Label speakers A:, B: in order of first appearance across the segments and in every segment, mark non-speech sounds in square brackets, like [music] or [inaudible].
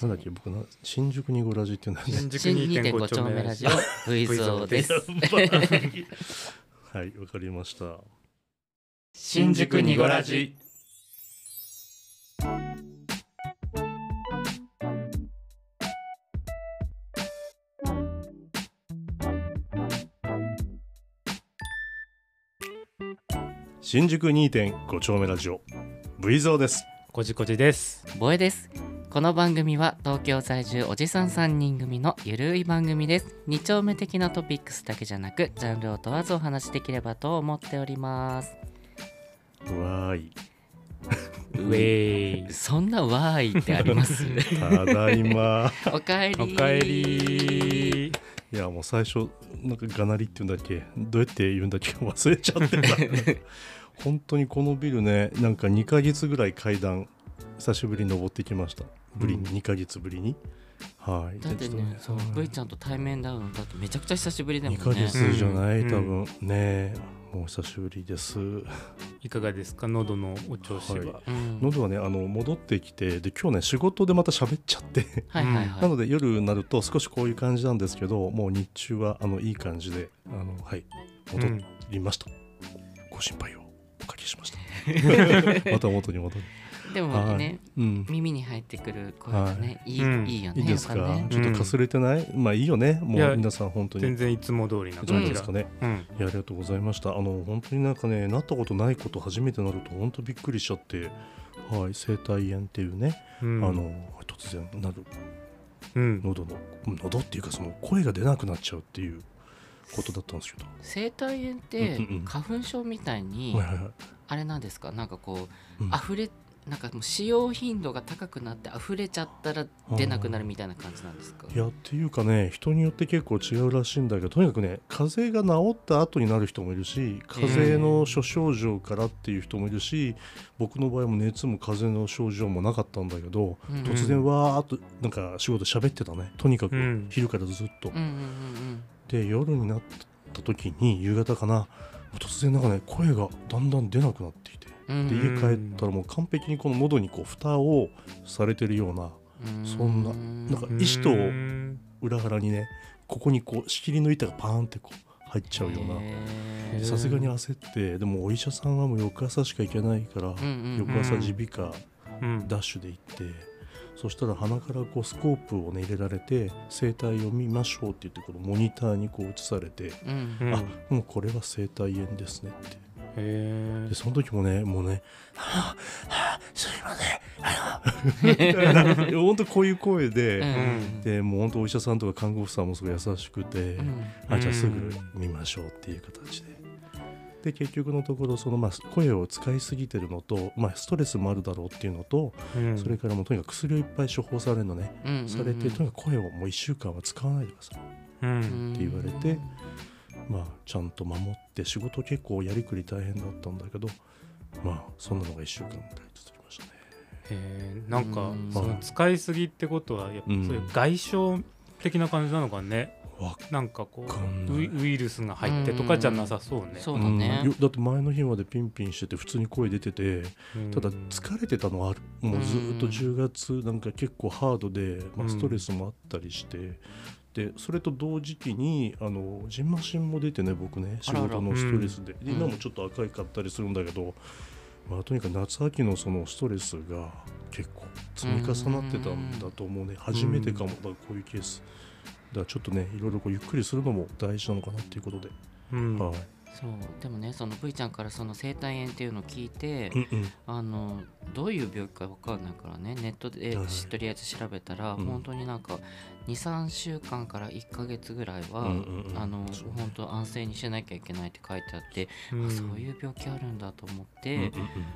A: なんだっけ僕の新宿にごラジっていうのはね
B: 新宿
C: 新2.5
B: 2.5
C: 丁
B: 丁
C: 目
B: 目
C: ラ
B: ラ
C: ジ
B: ジ
C: オ
B: オ
C: V ゾーです。
A: はいわかりました
C: 新
A: 宿にごラジ新宿2.5丁目ラジオ V ゾーです
B: こじこじです
C: ボエです。この番組は東京在住おじさん3人組のゆるい番組です。二丁目的なトピックスだけじゃなく、ジャンルを問わずお話しできればと思っております。
A: わーい
B: ウェイ
C: そんなわーいってあります
B: [laughs]
A: ただいま [laughs]
C: おかえり
B: おかえり
A: いやもう最初なんかがなりっていうんだっけどうやって言うんだっけ忘れちゃって
C: [laughs]
A: た本当にこのビルねなんか2ヶ月ぐらい階段久しぶりに登ってきましたぶりに、
B: う
A: 2ヶ月ぶりにはい
C: だってね、そう、V ちゃんと対面だうんだってめちゃくちゃ久しぶりだもん
A: 2ヶ
C: ね。
A: 月じゃない、
B: うん
A: 多分ねもう久しぶりです
B: いかがですか喉のお調子は、
A: は
C: うん
A: 喉はねあの戻ってきてで今日ね仕事でまた喋っちゃって
C: はいはいは
A: [laughs]
C: い。
A: なので夜になると少しこういう感じなんですけどもう日中はあのいい感じであのはい戻
B: うん
A: りました、ご心配をおかけしま
C: [laughs]
A: したまた元に戻る、
C: でも
A: は
C: ね
A: い、うん、
C: 耳に入ってくる声がね、いい
B: うん
C: いいよね。
A: いいですか、
C: やっぱね
A: ちょっとかすれてない、まあいいよねも
B: いうや
A: 皆さん本当に
B: 全然いつも通りな
A: 大丈夫
B: 感
A: で
B: じ
A: す
B: が
A: かね、
B: うん
A: いやありがとうございましたあの本当になんかねなったことないこと初めてなると本当びっくりしちゃってはい声帯炎っていうね、
B: うん
A: あの突然なる
B: うん
A: 喉の喉っていうかその声が出なくなっちゃうっていうことだったんですけど、
C: 声帯炎って
A: うんうんうん
C: 花粉症みたいに
A: はいはいはい
C: あれなんですかなんかこう、
A: うん
C: 溢れなんかもう使用頻度が高くなって溢れちゃったら出なくなるみたいな感じなんですか
A: いやっていうかね人によって結構違うらしいんだけどとにかくね風邪が治った後になる人もいるし風邪の諸症状からっていう人もいるし、僕の場合も熱も風邪の症状もなかったんだけど、
C: うんうん
A: 突然わーっとなんか仕事喋ってたねとにかく
B: うん
A: 昼からずっと、
C: うんうんうん
A: で夜になった時に夕方かな突然なんかね声がだんだん出なくなってきて。
C: うん
A: で
C: う
A: 家
C: ん
A: 帰ったらもう完璧にこの喉にこう蓋をされてるような
C: うん
A: そんななんか意思と
B: うん
A: 裏腹にねここにこう仕切りの板がパーンってこう入っちゃうような
C: へ
B: ー
A: さすがに焦ってでもお医者さんはもう翌朝しか行けないから、
C: ーうんうん
A: 翌朝耳鼻科
B: うん
A: ダッシュで行って、そしたら鼻からこうスコープを、ね、入れられて声帯を見ましょうって言ってこのモニターにこう映されて、
C: うん
B: うん
A: あもうこれは声帯炎ですねって
B: へえ
A: でその時もねもうね「はあはあすいません」
C: [laughs]
A: 本当こういう声
C: うん
A: で、
C: うん
A: でもう本当お医者さんとか看護婦さんもすごい優しくて、
C: うん
A: あじゃあすぐ見ましょうっていう形で。で結局のところその、まあ、声を使いすぎてるのと、まあ、ストレスもあるだろうっていうのと、
B: うん
A: それからもうとにかく薬をいっぱい処方されるのね、
C: うんうんうん
A: されてとにかく声をもう1週間は使わないでください、
B: うん
A: って言われてまあ、ちゃんと守って仕事結構やりくり大変だったんだけどまあそんなのが1週間ぐらい続きましたね
B: へーなんか
C: うん
B: その使いすぎってことはやっぱそう
A: うん
B: いう外傷的な感じなのかね
A: わ
B: なんかこ
A: かんな
B: うウ
A: い
B: イウイルスが入ってとかじゃなさそうね
C: そうだね
A: んよだって前の日までピンピンしてて普通に声出てて
B: うん
A: ただ疲れてたのはあるもうずっと
C: うん
A: 10月なんか結構ハードで、ま
B: う
A: あ、
B: ん
A: ストレスもあったりして、でそれと同時期にあのじんましんも出てね僕ね仕
C: あらあら
A: 事のストレスで
C: ん
A: で今もちょっと赤いかったりするんだけど、まあ、とにかく夏秋のそのストレスが結構積み重なってたんだと思うね初めてかもだからこういうケースだからちょっとねいろいろこうゆっくりするのも大事なのかなっていうことで、
B: うん
A: はい、
C: そうでもねその V ちゃんからその声帯炎っていうのを聞いて
A: うんうん
C: あのどういう病気か分かんないからねネットで
A: はい
C: しとりあえず調べたら、
A: うん
C: 本当になんか23週間から1ヶ月ぐらいは、
A: うんうんうん
C: あの
A: そうね
C: 本当安静にしなきゃいけないって書いてあって、
B: ん
C: あそういう病気あるんだと思って、
A: うんうんうん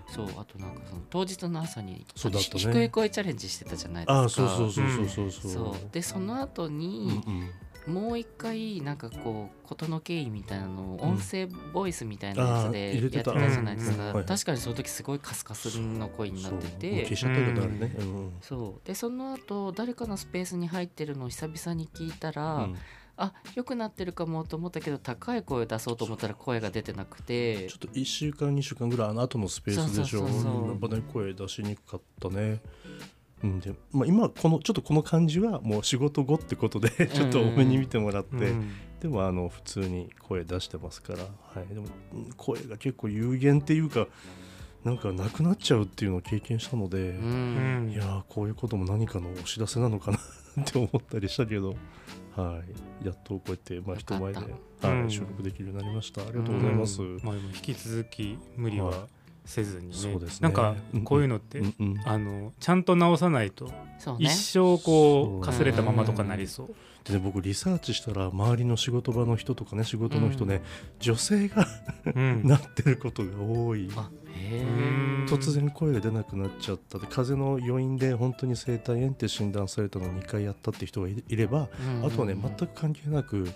C: そうあとなんかその当日の朝に
A: そうだったね
C: あの低い声チャレンジしてたじゃないですか。
A: ああそうそうそうそうそうそう、
C: そうでその後
A: うん
C: に、
A: うん
C: もう一回なんかこう事の経緯みたいなのを
A: うん
C: 音声ボイスみたいなやつ
A: あー
C: でや
A: 入
C: っ
A: れ
C: て
A: て
C: た
A: た
C: じゃないです
A: うんうん
C: か
A: はいはい
C: 確かにその時すごいカスカスの声になっ
A: そ
C: て
A: うもう消
C: て
A: しちゃったけどあれね、うんうん
C: そうでその後誰かのスペースに入ってるのを久々に聞いたら、
A: うん
C: あ良くなってるかもと思ったけど高い声を出そうと思ったら声が出てなくて
A: ちょっと1週間2週間ぐらいあの後のスペースでしょ
C: そうそうそうそう
A: やっぱね声出しにくかったねうんでまあ、今はこのちょっとこの感じはもう仕事後ってことでちょっと多めに見てもらって、
B: うん
A: でもあの普通に声出してますから、はい、でもうん声が結構有限っていうかなんかなくなっちゃうっていうのを経験したので、
C: うん
B: うん
A: いやーこういうことも何かのお知らせなのかな [laughs] って思ったりしたけど、はい、やっとこうやって、まあ、
C: よか
A: 人
C: った
A: 前で、
B: う
A: は
B: ん
A: い、収録できるようになりましたありがとうございます。
B: まあ、でも引き続き無理はせずにね,、
A: そうですね
B: なんかこういうのって、
A: うんうん
B: あのちゃんと直さないと
C: そう
B: 一
C: ね
B: 生こ
A: そう
B: うかすれたままとかなりそう、
A: でね、僕リサーチしたら周りの仕事場の人とかね仕事の人ね、女性が
B: うん
A: なってることが多い
C: あへ
B: う
C: え
B: ん
A: 突然声が出なくなっちゃったで風邪の余韻で本当に声帯炎って診断されたのを2回やったって人がいいればあとはね全く関係なく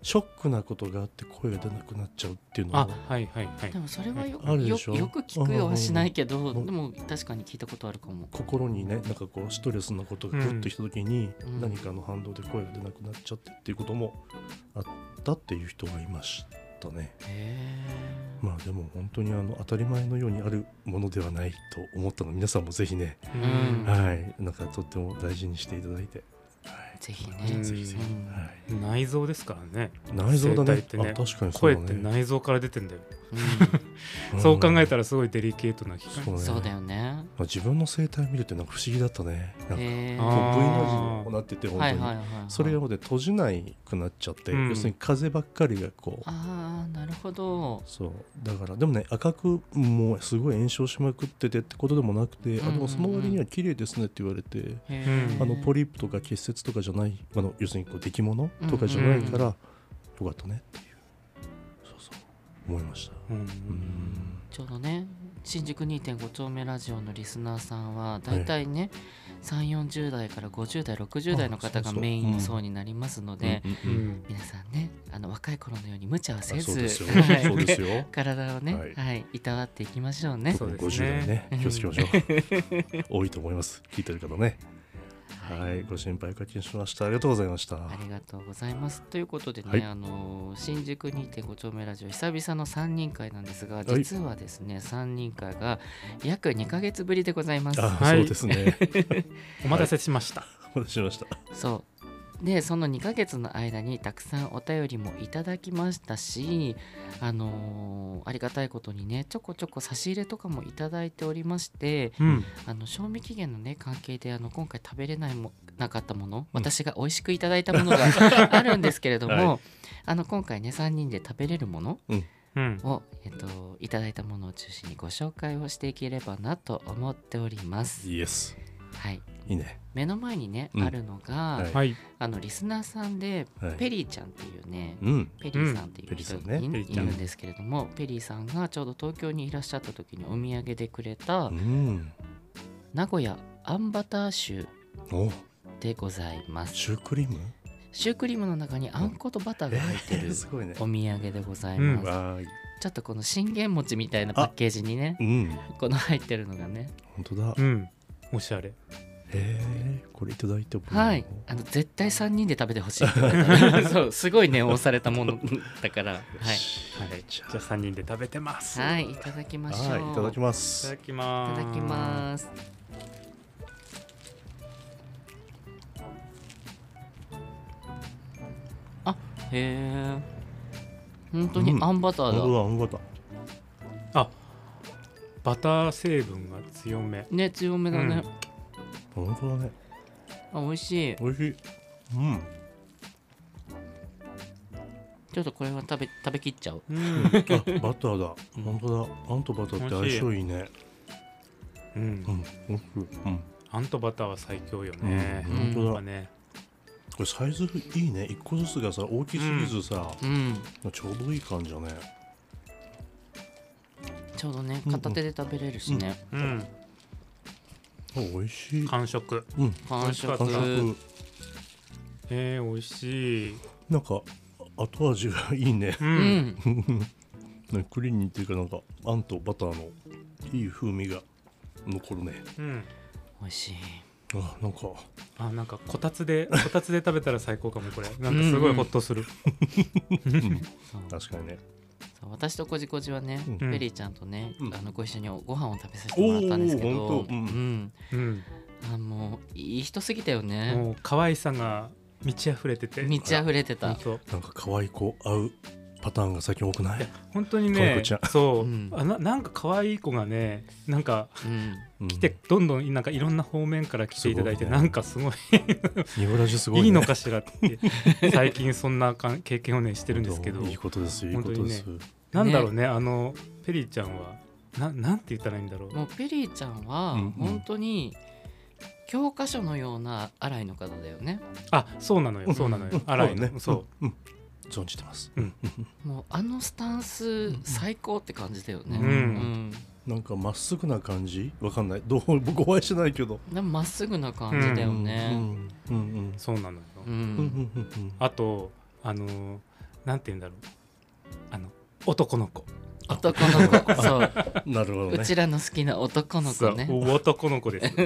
A: ショックなことがあって声が出なくなっちゃうっていうの
B: あ
A: は
B: はいはいはい
C: でもそれはよ
A: あるで
C: よ
A: しょ
C: よく聞くようはしないけど
A: うん
C: でも確かに聞いたことあるかも
A: 心にねなんかこうストレスなことがグッときた時に、
C: うん
A: 何かの反動で声が出なくなっちゃってっていうこともあったっていう人がいましたね。
C: へ
A: まあでも本当にあの当たり前のようにあるものではないと思ったので皆さんもぜひね、
B: うん
A: はい、なんかとっても大事にしていただいて、は
C: えぜひ
A: い、
B: うん
C: ね
A: ぜひぜ
C: うん
A: ひ、はい、
B: 内臓ですからね
A: 内臓だね
B: 声帯ってね
A: あ確かにそう
B: 声
A: だ
B: っ
A: ね
B: て内臓から出てんだよ、
C: う
B: そう考えた
A: ら、
B: らすごいデリケートな機
A: そう
B: 会
A: ね
C: ん [laughs] そうだよね
A: まあ、自分の声帯見るってなんか不思議だったねなんか
C: へえ
A: こう
B: あ
A: V の字にこうなってて本当
C: はい
A: に、
C: はいはいはい
A: それをね閉じないくなっちゃって、
B: うん
A: 要するに風ばっかりがこう
C: ああなるほど
A: そうだからでもね赤くもうすごい炎症しまくっててってことでもなくて、あでもその割には綺麗ですねって言われて、
C: へ
B: う
C: え
B: ん
A: あのポリープとか結節とかじゃないあの要するにこう出来物とかじゃないから、よかったねっていうそうそう思いました
B: うん
A: うん
C: ちょうどね新宿2.5丁目ラジオのリスナーさんはだいたいね、3 4 0代から50代60代の方
A: あそ
C: が
A: うそう
C: メインの層になりますので、
A: う
B: うん
A: うんうん
B: ん
C: 皆さんねあの若い頃のように無茶はせ
A: あそうです
C: ず [laughs]
A: よ
C: はい
A: そうですよ
C: 体をね、は
A: はいい
C: いたわっていきましょうね。
B: そうです
A: 50
B: ね
A: 代ね気をつけましょう多いと思い
C: [laughs]
A: ます聞いてる方ねはいご心配おかけしましたありがとうございました
C: ありがとうございます。ということでね、
A: はい
C: あのー新宿2.5丁目ラジオ久々の3人会なんですが
A: い
C: 実はですね、3人会が約2ヶ月ぶりでございます。
A: あ、
B: はい
A: そうですね
B: お待たせしました、
A: お待たせしました
C: そうでその2ヶ月の間にたくさんお便りもいただきましたし、あのーありがたいことにねちょこちょこ差し入れとかもいただいておりまして
B: うん
C: あの賞味期限の、ね、関係であの今回食べれないもなかったもの私が美味しくいただいたも
A: [laughs]
C: のがあるんですけれども、
A: は
C: あの今回ね3人で食べれるもの
B: うん
C: を、えっと、いただいたものを中心にご紹介をしていければなと思っております。
A: イエス
C: はい、
A: いいね
C: 目の前にね、
A: うん
C: あるのが、
A: はい
B: はい
C: あのリスナーさんで
A: はい
C: ペリーちゃんっていうね、
A: うん
C: ペリーさんっていう
A: ペリー
C: 人
A: さん
C: が
A: ね
C: い,、
B: ペリーち
C: る
B: ゃん
C: んですけれどもペリーさんがちょうど東京にいらっしゃった時にお土産でくれた
A: うん
C: 名古屋アンバターシュー
A: お
C: でございます
A: シュークリーム
C: シュークリームの中にあんことバターが入って
A: え
C: [laughs]
A: ー
C: る
A: すごいね
C: お土産でございます、
A: わーい
C: ちょっとこの信玄餅みたいなパッケージにね
A: うん
C: この入ってるのがね
A: 本当だ
B: うんおしゃれ
A: へえこれいただいても
C: はいあの絶対3人で食べてほしいって書いてある [laughs] そうすごい念を押されたものだからはい、
B: はいじゃあ3人で食べてます
C: はい、いただきましょう、
A: はいいただきま
B: いた
A: す
B: だきま
C: い
B: す
C: ただきます。あ、へえ。本当に
A: うん
C: あんバターだ。
A: 本当だあんバター
B: あバター成分が強め
C: ね、強めだね。
A: 本当だね
C: あ、美味しい。
A: 美味しいうん
C: ちょっとこれは食べ食べきっちゃおう。
B: うん、
A: あバターだ本当だあんとバターって相性いいね
B: うん
A: う、ん美味しいうん
B: あんとバターは最強よね、
A: うん
B: うん
C: 本当だ
B: やっぱね
A: これサイズいいね一個ずつがさ大きすぎずさ、
C: うん。
A: ちょうどいい感じだね
C: ちょうどね
A: うんうん
C: 片手で食べれるしね。
B: うん
A: あ美味しい
B: 完食
A: うん
C: 完食。
B: 完
A: 感
B: えー、美味しい
A: なんかあ後味がいいね [laughs]
B: う、
C: うんん。
A: ねクリーニーっていうかなんかあんとバターのいい風味が残るね
B: うん、
C: 美味しい。
A: あなんか
B: あなんかこたつでこたつで食べたら最高かもこれなんかすごいホッとする
C: そう
A: 確かにね
C: そう私とこじこじはね、
A: うん
C: ペリーちゃんとね、
A: うん
C: あのご一緒にご飯を食べさせてもらったんですけ
A: おー
C: ど
A: ほん、とうん
C: ん
B: うん
C: あもういい人すぎたよね
B: もう可愛さが満ち溢れてて
C: 満ち溢れてた
B: 本当
A: なんか可愛い子会うパターンが最近多くない
B: いや本当に
A: 可愛い
B: ね
A: 子ちゃん
B: そう、
C: うん
B: あななんか可愛い子がねなんか
C: うん
A: 来
B: 来てどんどんなんかいろんな方面から来ていただいて、
A: すごいね
B: なんかすごい
A: ニブラジすごい、ね、
B: いいのかしら
A: [laughs]
B: って最近そんなかん経験をねしてるんですけど
A: いいことですよいいことです、
B: なんだろうねあのペリーちゃんはななんて言ったらいいんだろう
C: もうペリーちゃんは
A: うんうん
C: 本当に教科書のような荒いの方だよね
B: あそうなのよそうなのよ荒い
A: ね
B: のそ
A: う
B: う
A: ん、うん存じてます
C: もうあのスタンス
A: ん
C: 最高って感じだよね
A: うん
C: うん
A: なんかまっすぐな感じわかんないどう [laughs] 僕お会いしてないけど
C: でもまっすぐな感じだよね
A: うんうんうん
B: そうなのよ
A: う
C: う
A: んうんんうんうん
B: あとあのなんて言うんだろうあの男の子
C: 男の
A: [laughs]
C: 子そう
A: なるほど
C: う
A: ね
C: ちらの好きな男の子ね
B: そう男の子
A: [laughs]
B: です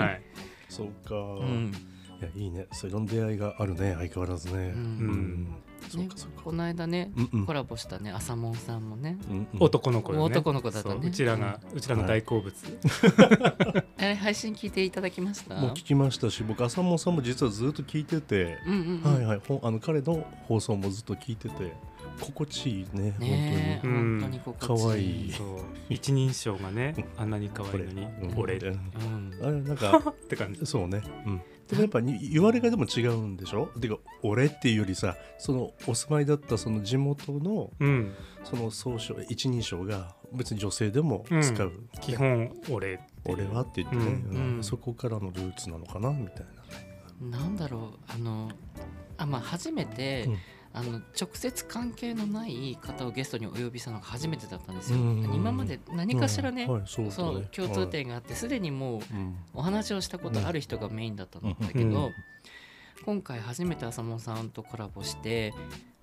B: はい
A: そうか、
C: うん
A: いやいいねそういろんな出会いがあるね相変わらずね
C: う
A: うんん、
B: ん
A: そう
C: ね
A: かそうか
C: この間ね
A: うんうん
C: コラボしたね朝もんさんもね
A: うんうん
B: 男の子よね
C: 男の子だったね
B: そううちらがうちらの大好物
C: あれ配信聞いていただきました
A: もう聞きましたし僕浅間さんも実はずっと聞いてて、
C: うんうん
A: は
C: う
A: い
C: ん
A: はいほんあの彼の放送もずっと聞いてて心地いいね
C: ねえ
A: 本
B: うん
C: 本当に心地いい
A: 可
B: そう一人称がねあんなに可愛いのに
A: 当に、うん
B: 俺っ
A: うん
C: うん
A: あれなんか
B: て感じ
A: そうね、うん、でもやっぱに言われがでも違うんでしょてか俺っていうよりさそのお住まいだったその地元の
B: うん
A: その総称一人称が別に女性でも使う、
B: 基本俺
A: 俺はって言ってね、
B: う
C: うん
A: うんそこからのルーツなのかなみたいなね
C: なんだろうあのあまあ初めて、
A: うん
C: あの直接関係のない方をゲストにお呼びしたのが初めてだったんですよ。
A: うんうん
C: 今まで何かしらね、
A: うんはいそうだね
C: そう共通
A: はい
C: 点があってすで、にもう
A: うん
C: お話をしたことある人がメインだったんだけ
B: う
C: ど、
B: んうん
C: 今回初めて浅門さんとコラボして、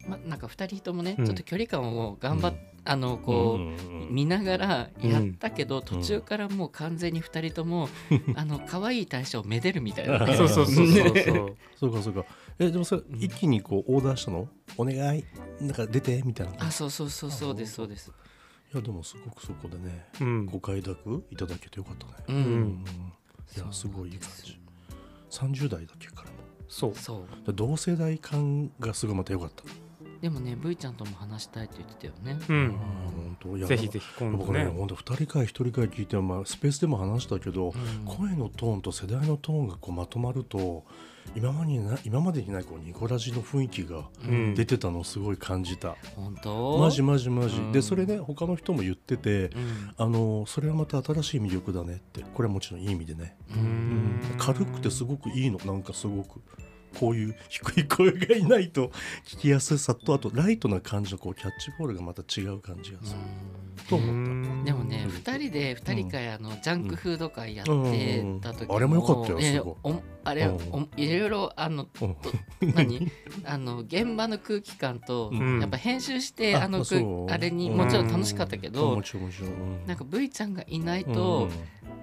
C: ま、なんか2人ともね、
B: うん
C: ちょっと距離感を頑張っ、
A: うん
C: あのこう。見ながらやったけど、
A: うん
C: 途中からもう完全に2人とも、
A: [laughs]
C: あの可愛い対象をめでるみたいな、
B: [laughs] そうそうそう
C: [laughs]
B: そ
A: そう
B: うそう
A: [laughs] かそうかえでもそれ
C: ん
A: 一気にこうオーダーしたの、お願いなんか出てみたいな感
C: あ
A: じ
C: そうそうそうそうですそうです
A: いやでもすごくそこでね
B: うん
A: ご快諾いただけてよかったね
C: うん、
B: ん
A: いやすごいいい感じ30代だっけからも
B: そう
C: そう
A: で同世代感がすごいまたよかった
C: でもね V ちゃんとも話したいって言ってたよね
B: う
A: あ
B: ん
A: 本当いや
B: ぜひぜひ今度
A: 僕ね
B: ね
A: 本当2人会1人会聞いて、まあ、スペースでも話したけど、
C: うん
A: 声のトーンと世代のトーンがこうまとまると今までにな今までにないこうニコラジの雰囲気が
B: うん
A: 出てたのをすごい感じた、
C: 本当
A: マジマジマジ、
C: うん
A: でそれね他の人も言ってて
C: うん
A: あのそれはまた新しい魅力だねってこれはもちろんいい意味でね、
C: う
B: うんん
A: 軽くてすごくいいのなんかすごくこういう低い声がいないと聞きやすさとあとライトな感じのこうキャッチボールがまた違う感じがする、と
B: う
A: 思った。
B: ん
C: でもね
A: うん
C: 2人で2人会あのジャンクフード会やっ
A: う
C: て
A: ん
C: た時
A: あれも良かったよ
C: え
A: すごい
C: おあれ
A: うん
C: おいろいろあの
A: [laughs] うん
C: 何あの現場の空気感と
B: うん
C: やっぱ編集して
A: あ
C: あの
A: そ
C: 空
A: う
C: あれにもちろん楽しかったけ
A: あ
C: ど
A: もちろんもちろん、うん
C: なんか V ちゃんがいないと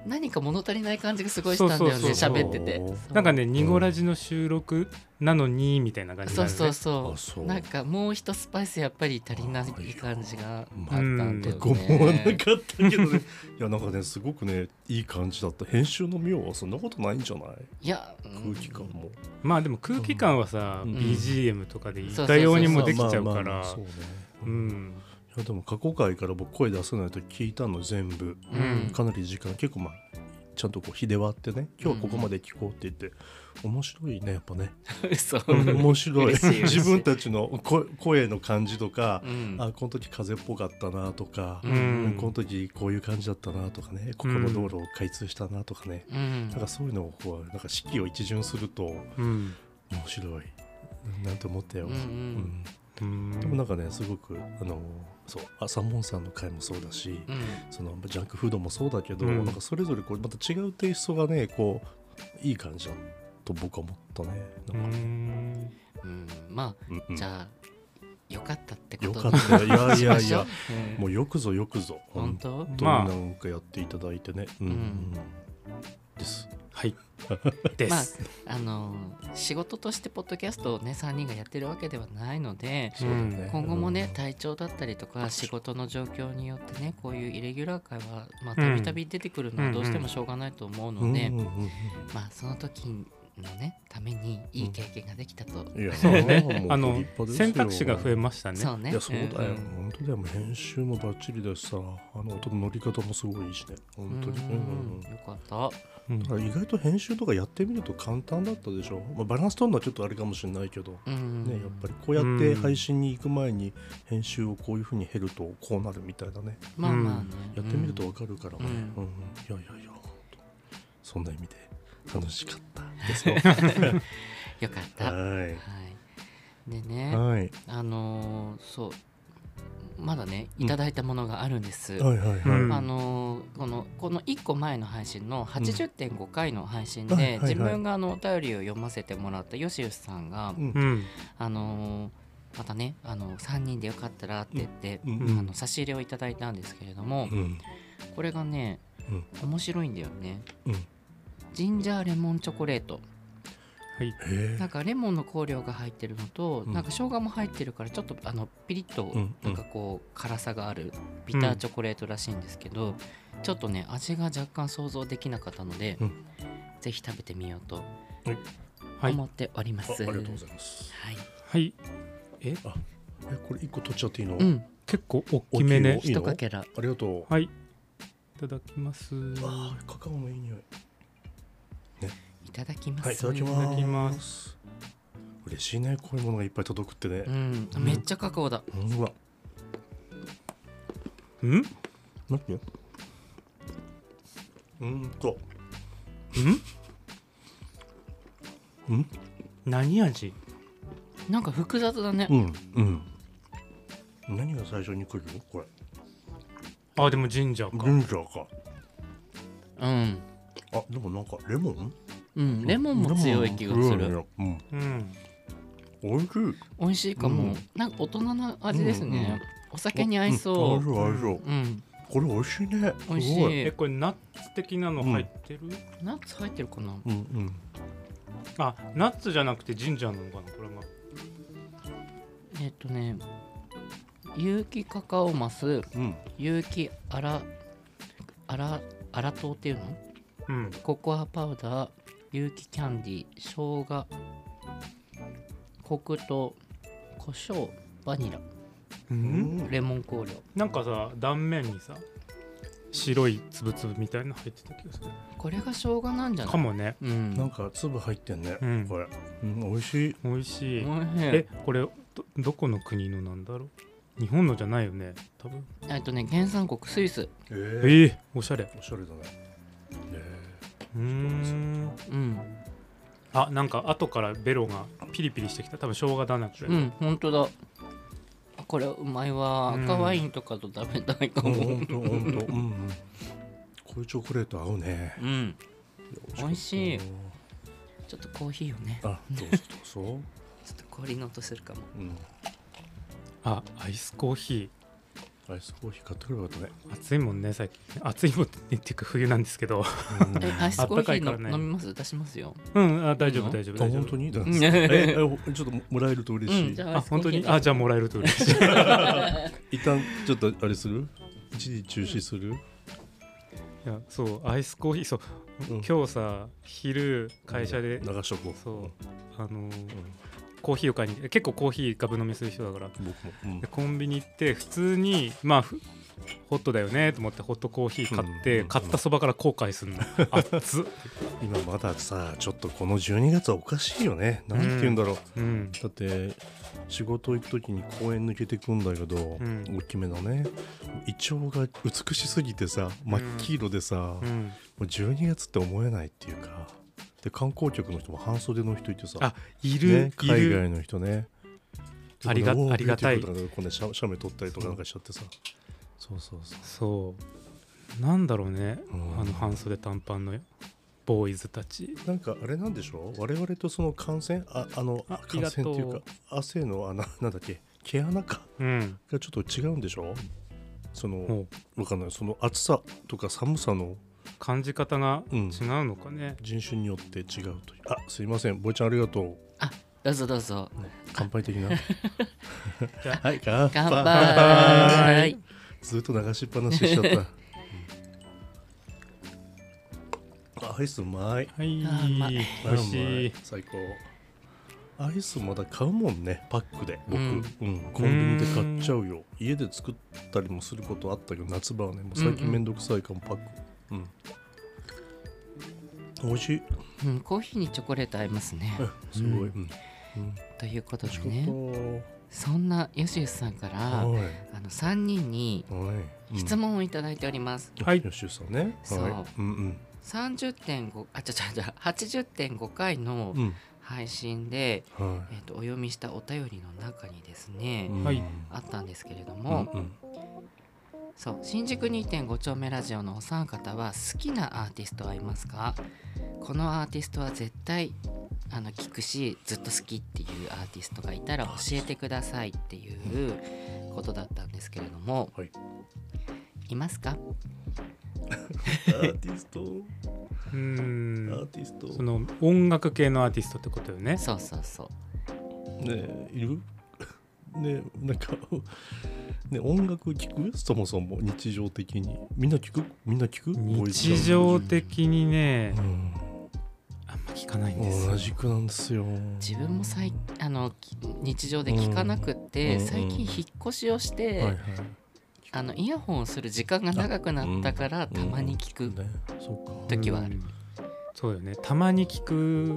C: 何か物足りない感じがすごいしたんだよね
B: そうそうそう
C: 喋ってて
A: そう
B: なんかねニゴラジの収録なのにみたいな感じにな
C: そう
B: るね
C: そう
A: あ
C: そ
A: そうう
C: なんかもう一スパイスやっぱり足りない感じがあったんだよ
A: ごめんはな
C: ね。
A: かったけど
C: [laughs]
A: ねいやなんかねすごくねいい感じだった編集の妙はそんなことないんじゃない
C: いや
A: 空気感も
B: まあでも空気感はさ
A: うん
B: BGM とかで言ったようにもできちゃう
A: ま
B: か
A: あまあまあ
B: ら
A: そうね
B: う
A: い
B: ん
A: やでも過去回から僕声出せないと聞いたの全部
C: うん
B: うん
A: かなり時間結構まあちゃんとこう日で割ってね今日はここまで聞こうって言って、面白いねやっぱね
C: 嘘
A: 面白い
C: 嬉しい嬉しい
A: 自分たちの声声の感じとか
C: う、ん
A: あこの時風っぽかったなとか、
C: う
A: この時こういう感じだったなとかねここの道路を開通したなとかね、
C: うん
A: なんかそういうのをこうなんか四季を一巡すると面
B: うん
A: 白いなんて思ったよ、
C: うんうん
B: うん
A: でもなんかねすごくあのそう朝門さんの回もそうだし、
C: うん
A: そのジャンクフードもそうだけど、
B: うん
A: なんかそれぞれこうまた違うテイストがねこういい感じだと僕は思ったね
B: う
A: なんか、
B: ん
C: うんま
A: うんうん
C: あじゃあよかったってこ
A: よ
C: と
A: かったいやい
C: [laughs]
A: やい
C: しましょ
A: や
C: ううん
A: もうよくぞよくぞ
C: 本当
A: 本当になんかやっていただいてね、うん
C: うん
A: です
B: はいです、
C: あの仕事としてポッドキャストをね3人がやってるわけではないので
A: そうだね
C: 今後も
A: う
C: ね
A: ん
C: 体調だったりとか仕事の状況によってねこういうイレギュラー会はま
B: う
C: あ
B: ん
C: たびたび出てくるのはどうしてもしょうがないと思う
A: うん
C: ので
A: うんうん
C: まあその時のねためにいい経験ができたと
A: うんいや
B: そうね
A: もう立
B: あの
A: 派ですよ
B: 選択肢が増えましたね
C: そうね
A: いやそうだよ、
C: ん
A: 本当だよもう編集もバッチリだしさあの音の乗り方もすごいいいしね本当に
C: うん
A: うんうんうん
C: よかった
B: うん
A: だから意外と編集とかやってみると簡単だったでしょ、まあ、バランス取るのはちょっとあれかもしれないけど、
C: うん
A: ね、やっぱりこうやって配信に行く前に編集をこういうふうに減るとこうなるみたいなね
C: まあまあね
A: やってみるとわかるからね、
C: う
A: うんんうんいやいやいや本当そんな意味で楽しかった
C: [laughs]
A: ですよ
C: よかったは [laughs]
A: はい
C: でね
A: いはい
C: あのーそうまだねいただいたものがあるんです、
A: はいはいはい、
B: うん
C: あのーこのこの1個前の配信の80.5回の配信
A: はいはい
C: で
A: はい
C: 自分があのお便りを読ませてもらったよしよしさんが、
A: うん
B: うん
C: あのーまたねあの3人でよかったらって言って、
A: うん
B: うん
C: あの差し入れをいただいたんですけれども、
A: うん
C: これがね
A: うん
C: 面白いんだよね
A: うん
C: ジンジャーレモンチョコレート
B: はい
A: へ
C: なんかレモンの香料が入ってるのと、
A: うん
C: なんか生姜も入ってるからちょっとあのピリッと
A: うんうん
C: なんかこう辛さがあるビターチョコレートらしいんですけど、ちょっとね味が若干想像できなかったので、
A: うん
C: ぜひ食べてみようと
B: はい
C: 思っておりま
A: ああ
C: す。
A: りがとうご
C: い
A: ざいます
C: はい、
B: はいえ
A: えこれ一個取っちゃっていいの、
C: うん、
B: 結構大きめね
A: 大きいよ
C: 一かけら。
A: ありがとう、
B: はいいただきま
A: あ
B: す
A: ーカカオのいい匂い
C: いただきます。
A: はいいただき
B: いただきま
A: ます嬉しいねこういうものがいっぱい届くってね
C: う、ん、めっちゃカカオだ。
A: うん、うわ
B: うん
A: 何てうんとうん
B: 何味
C: なんか複雑だね。
A: うんうん何が最初に来るのこれ
B: あでもジンジャー
A: ジ
B: か
A: ンジャーか
C: うん、
A: あでもなんかレモン
C: うん、レモンも強い気がする。
A: うん
B: うん
A: おいしい
C: 美味しいかも、
A: うん
C: なんか大人な味ですね。
A: うんうん
C: お酒に合いそ
A: ん
C: う。
A: 合いそう合い
C: うん、
A: そうこれ美味しいね
C: 美味し
A: すごい
C: い
B: え。これナッツ的なの入ってる
C: ナッツ入ってるかな。
A: うんうん
B: あナッツじゃなくてジンジャーなのかなこれが
C: えっとね、有機カカオマス、
A: うん
C: 有機アラアラアラ糖っていうの？
B: うん
C: ココアパウダー、有機キャンディー、生姜、黒糖、胡椒、バニラ、
B: うん
C: レモン香料。
B: なんかさ断面にさ白いつぶつぶみたいなの入ってた気がする
C: これが生姜なんじゃない？
B: か。もね
C: うん。
A: なんか粒入ってんね、
B: うん
A: これ、うん、美味しい
B: 美味し
C: 美
B: い
C: 味しい
B: えこれどどこの国のなんだろう日本のじゃないよね多分
C: えっとね、原産国スイス。
A: え
B: え
A: ー、
B: ー、おしゃれ
A: おしゃれだねね
B: うーん
C: うん。
B: あなんか後からベロがピリピリしてきた多分生姜だなこれ、
C: うん、本当だ。あこれうまいわ。
B: うん
C: 赤ワインとかと食べたいか
A: ほ
C: も。
A: んとほんとうんうんこういうチョコレート合うね
C: うん。美味しい
A: 美味しかったな
C: ちょっとコーヒーをね、
A: あ、どうぞどうぞ。
C: ちょっと氷の音するかも。
A: うん。
B: あアイスコーヒ
A: アイスコーヒー買ってくればよかったね。
B: ー暑いもんね最近暑いもんねっていうか冬なんですけど [laughs]
A: うん
C: え、アイスコーヒー
B: あ
C: の
B: ったかいからね
C: 飲みます出しますよ。
B: うんあ大丈
C: い
B: 夫
C: いの
B: 大丈夫
A: あ、
B: 大丈
A: 本
B: 夫
A: 当にだ
C: うん
A: え、えおちょっともらえると嬉し
C: うん
A: い
C: じ。ゃ
B: あ本当に
C: アイ
B: あ
C: スコーヒー
B: じゃあもらえると嬉しい
A: 一旦ちょっとあれする一時中止する
B: いやそうアイスコーヒーそう、
A: うん
B: 今日さ昼会社で、
A: 流しとこう。
B: そうあのー
A: うん。
B: コーヒーを買いに結構コーヒーガブ飲みする人だから
A: 僕も。うん
B: でコンビニ行って普通にまあふホットだよねと思ってホットコーヒー買って、
A: うん
B: 買ったそばから後悔するの熱っ、
A: 今まださ、ちょっとこの12月はおかしいよね。なんて言うんだろう。
B: うん、
A: だって仕事行く時に公園抜けてくんだけど、
B: うん
A: 大きめのねイチョウが美しすぎてさ真っ黄色でさ、
B: う
A: も
B: ん、
A: う12月って思えないっていうかで観光客の人も半袖の人いてさ
B: あいる、
A: ね、
B: い
A: 海
B: る
A: 外の人ね。
B: ありが
A: でこんな
B: ありがたい
A: Wow, beautiful とかこうね、写写メ撮ったりとかなんかしちゃってさ。そうそうそう。
B: そうなんだろうね、
A: うん
B: あの半袖短パンのボーイズたち
A: なんかあれなんでしょう我々とその感染、ああの、
B: あ
A: 感染ってい
B: あり
A: う
B: が
A: か、汗の穴、なんだっけ、毛穴か
B: うん
A: がちょっと違うんでしょその、
B: も
A: わかんない。その暑さとか寒さの
B: う感じ方が違
A: うん
B: うのかね、
A: 人種によって違うというあすいませんボイちゃんありがとう
C: どうぞどうぞ
A: 乾杯的な
B: [laughs] じゃあ
A: はい乾杯
C: 乾杯
A: ずっと流しっぱなししちゃった、うんあアイスうまい
C: あーうま
B: はいい美味し
A: う
B: い
A: ま最高アイスまだ買うもんねパックで僕、
C: う
A: うんんコンビニで買っちゃうよ家で作ったりもすることあったけど夏場はねもう最
C: うんう
A: 近
C: ん
A: めんどくさいかもパックうん美味しい
C: うん、コーヒーにチョコレート合いますね
A: うんすごい、うんうん
C: ということ
A: 美味
C: で
A: しか
C: ねそんなよしよしさんから
A: ったはい
C: あの3人に
A: はいうん
C: 質問をいただいております、
B: はい
A: よしゅうさんね。
C: そう
A: はい。うん
C: 30.5あちゃちゃちゃ80.5回の
A: うん。
C: 配信で、
A: うん。は
C: えー、とお読みしたお便りの中にです
A: い。
C: ね、
A: うん
B: はい
C: あったんですけれど
A: うん
C: も、
A: うん
C: そう新宿2.5丁目ラジオのお三方は好きなアーティストはいますかこのアーティストは絶対あの聞くしずっと好きっていうアーティストがいたら教えてくださいっていうことだったんですけれども、
A: はい
C: いますか
A: アーティスト、
B: う
A: ア
B: ん
A: ーティスト。
B: そ
A: ね
B: の音楽系のアーティストってことよね
C: そうそうそう
A: えいる？ [laughs] ねえなんかね音楽聞く？そもそも日常的にみんな聞く？みんな聞く？ボイス
B: 日常的にね
A: うん。
B: あんま聞かないんですよ
A: 同じくなんですよ。
C: 自分も最あのき日常で聞かなくって、
A: うんうん
C: 最近引っ越しをして、
A: はいはい。
C: あのイヤホンをする時間が長くなったから、たまに聞く
A: ね。そうか。
C: 時はある、
B: うんそうよねたまに聞く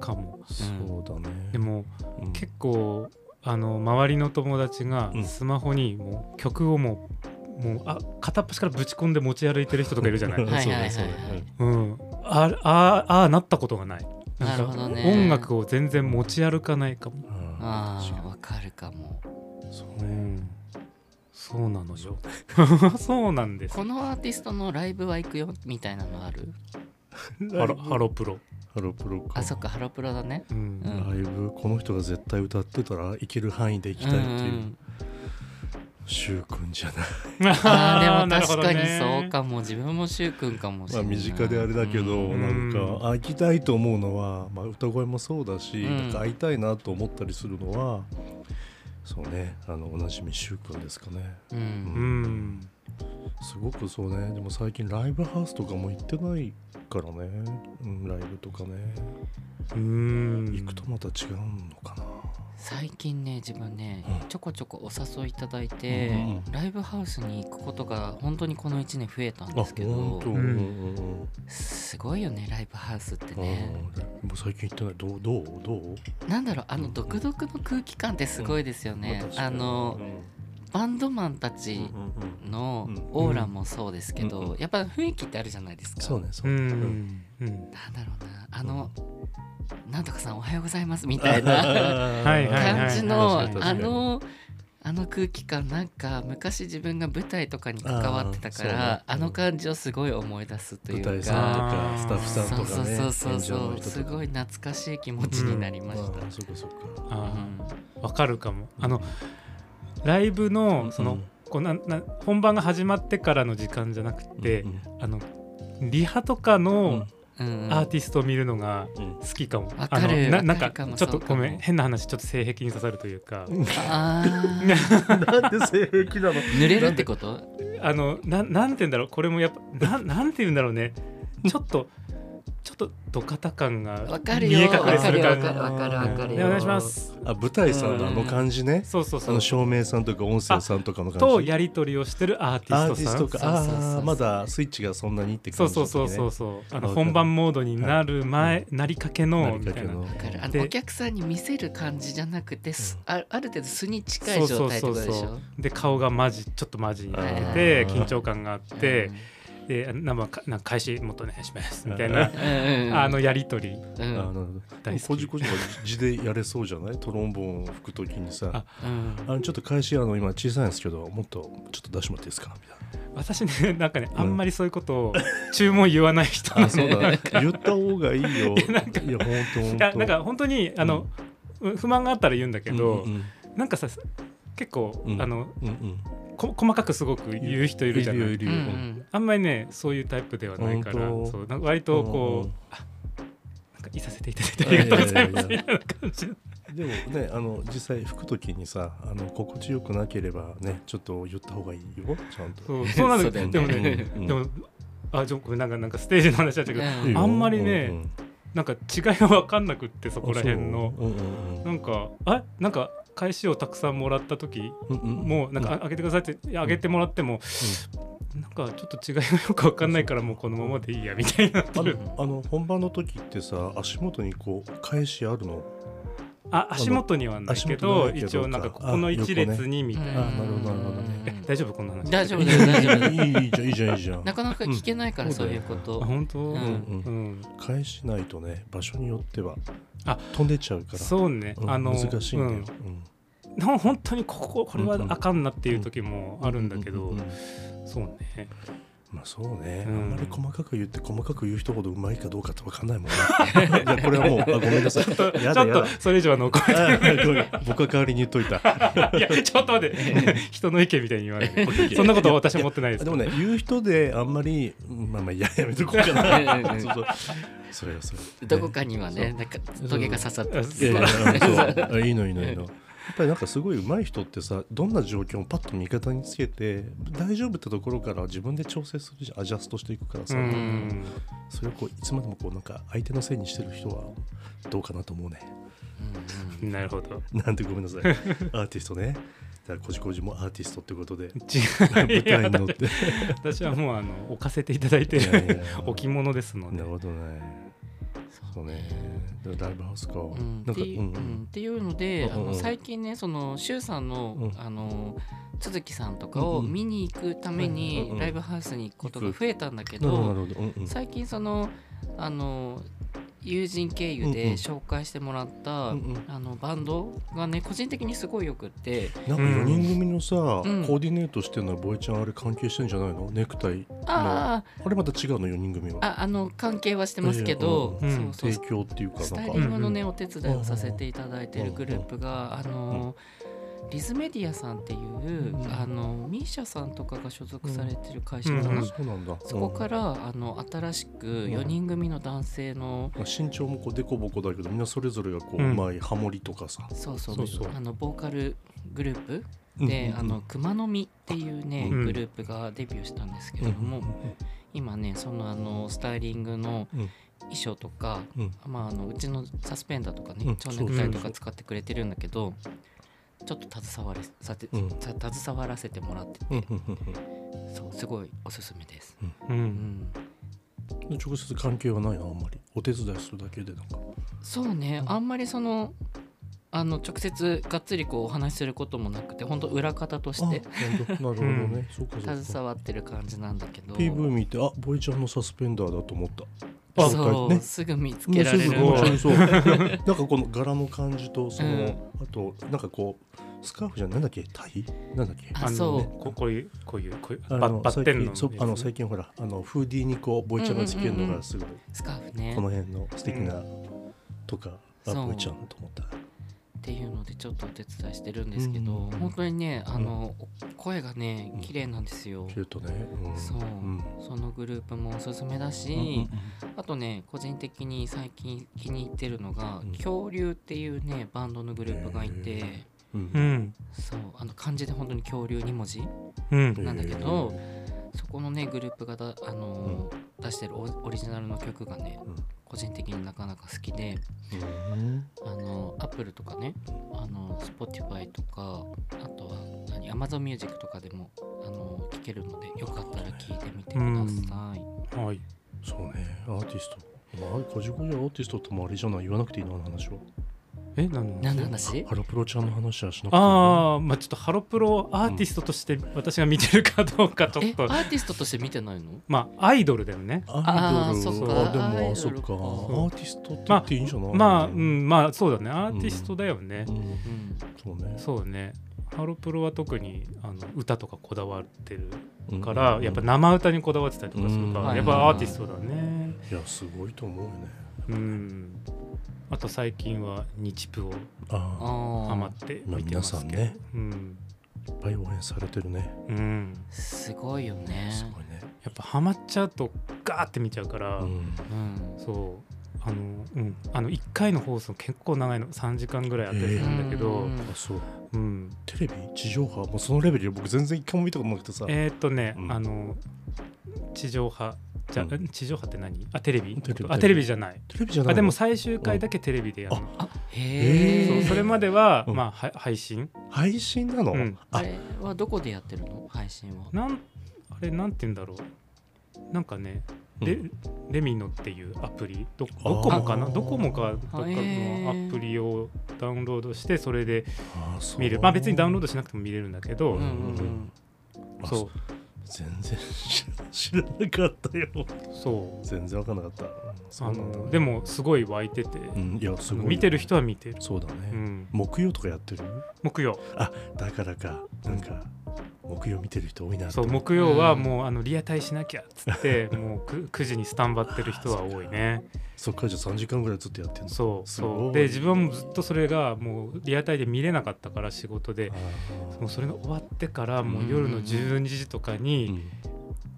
B: かも
A: そうだね。
B: でも
A: うん
B: 結構あの周りの友達が
A: うん
B: スマホにもう曲をもうもうあ片っ端からぶち込んで持ち歩いてる人とかいるじゃない
A: は、い
C: はいはいは
A: [laughs]
C: い
A: そう
C: は
A: だねそうだ
C: い
A: ね
B: うん、ああああなったことがないんか
C: なるほどね
B: 音楽を全然持ち歩かないかも、
A: あ
C: あ
A: ー
C: あわかるかも
A: 確かにそう
B: う
A: ね。
B: ん、そうなのよ [laughs] そうなんです
C: このアーティストのライブは行くよみたいなのある
B: ハロハロプロ、
A: ハロプロか。
C: あそっかハロプロだね
B: うん [laughs]
C: うん
A: ライブこの人が絶対歌ってたらいける範囲で行きたいっていう習君じゃない、
C: あーで
B: なるほ
C: も確
B: ど
C: か
B: ね
C: にそうかも自分もしゅうくんかもし
A: ま
C: れ
A: あ、
C: ない、
A: 身近であれだけど、
C: うん
A: なんかあ行きたいと思うのは、まあ、歌声もそうだし、
C: うん
A: なんか会いたいなと思ったりするのはそうねあのおなじみ習君ですかね
C: うん
B: うん
A: すごくそうねでも最近ライブハウスとかも行ってないからね、うん、ライブとかね、
B: うん
A: 行くとまた違うのかな
C: 最近ね自分ね
A: うん
C: ちょこちょこお誘いいただいて、
A: うん
C: ライブハウスに行くことが本当にこの1年増えたん
A: あ
C: ですけ
A: 本
C: ど
A: 当、うんんうんうん
C: すごいよねライブハウスって
A: あ
C: ね、
A: ーもう最近行ってないどうどうどう、
C: なんだろうあ
A: う
C: の
A: ん
C: 独特の空気感ってすごいですよね
A: ま、確か
C: あ
A: に
C: のバンドマンた
A: うん
C: ち
A: うんうん
C: の
A: うん
C: オーラもそうですけど、
A: うんうん
C: やっぱ雰囲気ってあるじゃないですか
A: そうね、そううね。
B: んうん
C: なんだろうなあの、なんとかさんおはようございますみたい
A: [laughs]
C: な
A: はい
B: はいはい
C: 感じ
B: は
C: の
B: いはいはい
C: あのあの空気感なんか昔自分が舞台とかに関わってたか
A: あー
C: らあ,、
A: そうだ
C: の感じをすごい思い出すとい
A: 舞
C: う
A: 台さんと
C: か
A: かスタッフさん
C: そう
A: と
C: そう
A: かね、
C: そうそうそう、す
A: す
C: ご
A: ご
C: い
A: い
C: 懐かしい気持ちになりました、
A: ああ、そっかそっか。
B: あー
C: うん
B: わかるかもあのライブのその、
A: うん
B: こうなな本番が始まってからの時間じゃなくて、
A: うん
B: あのリハとかの
C: うんうん
B: アーティストを見るのが
A: うん
B: 好きかも、
C: わ
B: あ
C: かる
B: のな
C: わ
B: なん
C: かる
B: か
C: かも
B: ちょっと
C: そうかも
B: ごめん変な話ちょっと性癖に刺さるというか、
C: あー
A: [laughs] なんで性癖なの
C: 濡れるってこと
B: あのななんて言うんだろうこれもやっぱななんて言うんだろう
C: [laughs]
B: ねちょっとちょっとドカタ感
C: わ
B: が
C: かる
B: 見え
C: よ
B: 隠
C: わ
B: れ
C: か
B: す
C: る
B: る
C: よわ
B: 感
C: かるわかるわか
B: じ
C: る
B: で
C: よ
B: お願いします
A: あ、舞台さんのあの感じね。
B: そうそう
A: あ
B: そ
A: の
B: う
A: 照明さんとか音声さんとかの感じ。
B: とやり取りをしてるアーテ
A: アー
B: ィ
A: テ
B: ス
A: ィス
B: トさ
A: ト
B: ん
A: か。
C: そうそうそう
A: あ
C: そ
A: あ、
C: う
A: まだスイッチがそんなにって感
B: そう
A: じ
B: そ
A: の
B: う
A: 時ね。
B: そうそうそうあの
A: わかる
B: 本番モードになる前、なりかけのみ
A: 何かけ
B: たいな
A: ど
C: わかるあの
B: で
C: お客さんに見せる感じじゃなくてすあある程度素に近
B: そ
C: いう
B: そ
C: 状
B: う
C: 態って
B: そ
C: こ
B: う
C: とでし
B: そ
C: ょ
B: うで顔がマジちょっとマジになってて
A: あー
B: 緊張感があって、であなんかなんか開始もっとお願いしますみたいな
C: うんうんうん
B: あのやり取り
C: う
A: あー
C: ん
A: なるほど
B: 大好き
A: こじこじは字でやれそうじゃないトロンボーンを吹くときにさ
B: あ
C: うん
A: あのちょっと返しあの今小さいんですけどもっとちょっと出してもらっていいですかみたいな
B: 私ね [laughs] なんかね
A: うん
B: あんまりそういうことを注文言わない人な
A: あ
B: の
A: そうだ言った方がいいよ。いや
B: なんか
A: 本
B: い
A: 当
B: やなんか本当にあの、不満があったら言うんだけど、
A: うん
B: なんかさ結構、
A: うん
B: あの
A: うんうんうん
B: こ細かくすごく言う人いるじゃない
A: いるよいるよ
B: あんまりねそういうタイプではないから
A: 本当
B: そうなんか割とこ
A: うん
B: うなんかいさせていただいてありがとうございます
A: いや
B: み
A: い
B: たいな感じ
A: でもねあの実際吹く時にさあの心地よくなければねちょっと言った方がいいよちゃんと。
B: そうそうなんだ
C: そうだよね
B: でもね、
A: うん
B: でもあじゃあこれなんかなんかステージの話だったけど、
C: うん
A: いいよ
B: あんまりね
A: うんうん
B: なんか違いが分かんなくってそこら辺の
A: あそううんうん
B: なんかあなんか返しをたくさんもらった時
A: うんうんうん
B: もうなんかああげてくださいっていやあげてもらっても、なんかちょっと違いがよく分かんないからもうこのままでいいやみたいになって
A: あ
B: る
A: のあの本番の時ってさ足元にこう返しあるの
B: あ足元にはないけど
A: 足元にはないけど
B: 一応なんかここの
A: あ
B: 一列にみたいな、
A: あなるほどなるほどね
B: え大丈夫こんな話
C: 大丈夫
A: いい
C: だよ大丈夫だよ
A: いいいいじゃんいいじゃんいいじゃん
C: なかなか聞けないから、
A: うん
C: そういうこ
B: あ
C: と
B: 本当、うん
C: うん
B: うん
A: 返しないとね場所によっては
B: あ
A: 飛んでっちゃうから
B: そうね、
A: うん
B: あの
A: 難しいんだよ、
B: うんほん本当にこここれはあかんなっていう時もあるんだけど、
A: うううん
B: そうね
A: まあそうね、
B: うん
A: あんまり細かく言って細かく言う人ほどうまいかどうかって分かんないもん
B: [laughs]
A: ねいやこれはもうあごめんなさい
B: ちょ [laughs] っとちょ
A: や
B: っ
A: だやだ
B: とそれ以上は残る
A: あーごめん僕は代わりに言っとい
B: [laughs]
A: た [laughs]
B: いやちょっと待って [laughs] 人の意見みたいに言わないで
A: そ
B: そんなことは私は持ってないです
A: でもね言う人であんまりうんまあまあいややめとこうか
B: [laughs]
C: うんうんう
A: なんそうそうそれはそれ
C: どこかにはねなんかトゲが刺さって
B: あ
C: る
A: いやいやそうあいいのいいの
C: ええ
A: いいの。やっぱりなんかすごい上手い人ってさどんな状況もパッと味方につけて大丈夫ってところから自分で調整するじゃんアジャストしていくから
B: う
A: さ、
B: ん
A: それをこういつまでもこうなんか相手のせいにしてる人はどうかなと思うね [laughs]
C: うん
B: なるほど
A: なんてごめ
C: [laughs]
A: んなさいアーティストねだからこじこじもアーティストってこと
C: [laughs]
A: で
B: 違
A: 舞
B: ういや
A: 台に
B: だっ
A: 乗ってて
B: 私はもうあの置かせていただいて
A: いやいやいや
B: る [laughs] 置物ですの
A: な
B: で
A: るほどねそうねだからライブハウスか、
C: うん
A: なん
C: っ
A: かう
C: ていうんうんっていうので、
A: うんうん
C: あの最近ねその周さんの、
A: うん
C: あの都築さんとかを
A: うんうん
C: 見に行くために、
A: うんうん
C: ライブハウスに行くことが増えたんだけ
A: なるほど
C: ど、
A: なるほど、うんうん、
C: 最近そのあの友人経由
A: うんう
C: で
A: ん
C: 紹介してもらった、
A: うんうん
C: あのバンドがね個人的にすごいよくって
A: なんか
B: う
A: 4
B: ん
A: 人組のさ、
C: ん
A: コーディネートしてるのはボエちゃんあれ関係してんじゃないのネクタイのあ
C: あー
A: れまた違うの4人組は
C: ああの関係はしてますけど、
B: うんうん
C: そう
A: 提
C: そう
A: 供っていうか
C: スタ
A: な
C: イ
A: ん
C: リ
A: か
C: ングのねお手伝いをさせていただいてるグループがあのリズメディアさんっていう
A: うん
C: あのミーシャさんとかが所属されてる会社か
B: うんう
C: なん
A: そうなんだ
C: そこか
A: うん
C: らあの新しく4人組の男性の
A: まあ身長もこうデコボコだけどみんなそれぞれがこう
B: うん
A: うまいハモリとかさ、
C: そうそう
A: そうそう
C: あのボーカルグループで
A: うん
C: あの熊の実っていうね
B: うん
C: グループがデビューしたんですけ
A: うん
C: れども今ねそのあのスタイリングの
A: うん
C: 衣装とか
A: うん
C: まあ、あのうちのサスペンダーとか
A: う
C: ね
A: ん
C: 蝶ネクタイ
A: そ
C: と
A: うそ
C: か
A: う
C: 使ってくれてるんだけど、ちょっと携われさて、
A: うん
C: さ携わらせてもらってて、
A: うんうんうん
C: そうすごいおすすめです。
B: う
C: うんん、
A: うん直接関係はないなあんまりお手伝いするだけでなんか
C: そうねあんまりそのあの直接がっつりこうお話しすることもなくて本当裏方として
A: あなるほどなるほど
B: う
A: ね、そうかそうか
C: 携わってる感じなんだけど
A: PV 見てあボエちゃんのサスペンダーだと思った
B: あ
C: そう、
A: ね
C: すぐ見つ
A: も
C: け
A: う
C: ら
A: す
C: れ
A: ぐ
C: る
A: もち
B: も
A: ろ
B: う
A: そう [laughs] なんかこの柄の感じとその、
C: うん
A: あとなんかこうスカーフじゃなんだっけタイなんだっけ
C: あ
B: あの
C: そう
B: ここういうこういうこういう
A: あ
B: ババッ
A: 最
B: テン
A: 近
B: の
A: そうあの最近ほらあのフーディーにこうボイちゃんがつけるのがすごい、
C: スカーフね
A: この辺の素敵なとか、あ
C: そう
A: ボイちゃんと思った
C: っていうのでちょっとお手伝いしてるんですけど、
A: うん
C: 本当にねあの、声がね
A: うん
C: 綺麗なんですよ。
A: キュートね、ん
C: そう、
A: ん
C: そのグループもおすすめだし、
A: うん
C: あとね個人的に最近気に入ってるのが、
A: うん
C: 恐竜っていうねバンドのグループがいて、
A: へうんう
B: う
A: ん
B: ん
C: そうあの漢字で本当に恐竜2文字
B: うん
C: なんだけど、そこのねグループがだ、あのー出してるオオリジナルの曲がね、
A: うん
C: 個人的になかなか好きで
A: うん
C: あの Apple とかねあの Spotify とかあとは何 AmazonMusic とかでもあの聴けるのでよかったら聴いてみてください。
B: はい
A: そうねアーティストまあこじこじアーティストともあれじゃない言わなくていいなあの話は
B: え何の
C: 何の話
A: ハロプロちゃんの話はしなくていいな
B: ああまあちょっとハロプロアーティストとして私が見てるかどうかちょ
C: え
B: っと
C: アーティストとして見てないの
B: まあアイドルだよね
A: アイド
C: あーそ
A: ル
C: っ
A: あ
C: か
A: でも
C: アイ
A: あ
C: ド
A: そっ
C: ル
A: か
C: か
A: アーティストって言っていいんじゃない
B: まあうんまあそうだねアーティストだよね
A: う、ん
C: うん
A: そうね
B: そうねハロプロは特にあの歌とかこだわってる
A: うん
B: から、やっぱ生歌にこだわってたりとかするから、
C: うん
B: やっぱアーティストだね
A: いやすごいと思うよね
B: うんあと最近は日プを
A: あ
C: あ
B: ハマ
C: ー
B: って
A: あまあ
B: 見て
A: 皆
B: ます
A: さん
B: けど、
A: ね
B: うん
A: いっぱい応援されてるね
B: うん、
C: すごいよね
A: すごいね、
B: やっぱハマっちゃうとガーって見ちゃうから、
A: うん、
C: うん
B: そうあの、うん、あの1回の放送結構長いの3時間ぐらいあったりするんだけど、
C: うん
A: あそう
B: うん、
A: テレビ地上波もうそのレベルで僕全然一回も見たことなくてさ
B: えーっとね、
A: うん
B: あの地上波じゃ、
A: うん
B: ん地上波って何あテレビ
A: テレビ
B: あテレビじゃない
A: テレビじゃない
B: あ
A: の
B: でも最終回だけテレビでやるの
C: あ
A: へ
B: そ
C: へ
B: う
C: え
B: それまでは、
A: うん
B: まあ、は配信
A: 配信なの、
B: うん
C: あ
A: あ
C: れはどこでやってるの配信は
B: なんあれなんて言うんだろうなんかね、レ
A: うん
B: レミノっていうアプリど
A: あー
B: どこもかなどこもかどっか
C: へー
B: のアプリをダウンロードしてそれで
A: あそう
B: 見るまあ別にダウンロードしなくても見れるんだけど、
C: うんうんう
A: うんあ
B: そ
A: 全然 [laughs] 知ら知らなかったよ
B: うそう
A: 全然わかんなかったそ
B: あ
A: うなんだ
B: のでもすごい湧いてて、
A: うんいやすごい
B: 見てる人は見てる、
A: そうだね、
B: うん、
A: 木曜とかやってる
B: 木曜
A: だからかなんか木曜見てる人多いなって
B: そう木曜はもうあのリアタイしなきゃっつってもう 9, 時にスタンバってる人は多いね
A: そっからじゃあ3時間ぐらいずっとやってんの
B: そう
A: すご
B: そ
A: いう
B: で自分もずっとそれがもうリアタイで見れなかったから仕事で
A: あー
B: もうそれが終わってからもう夜の12時とか
A: う
B: に
A: ん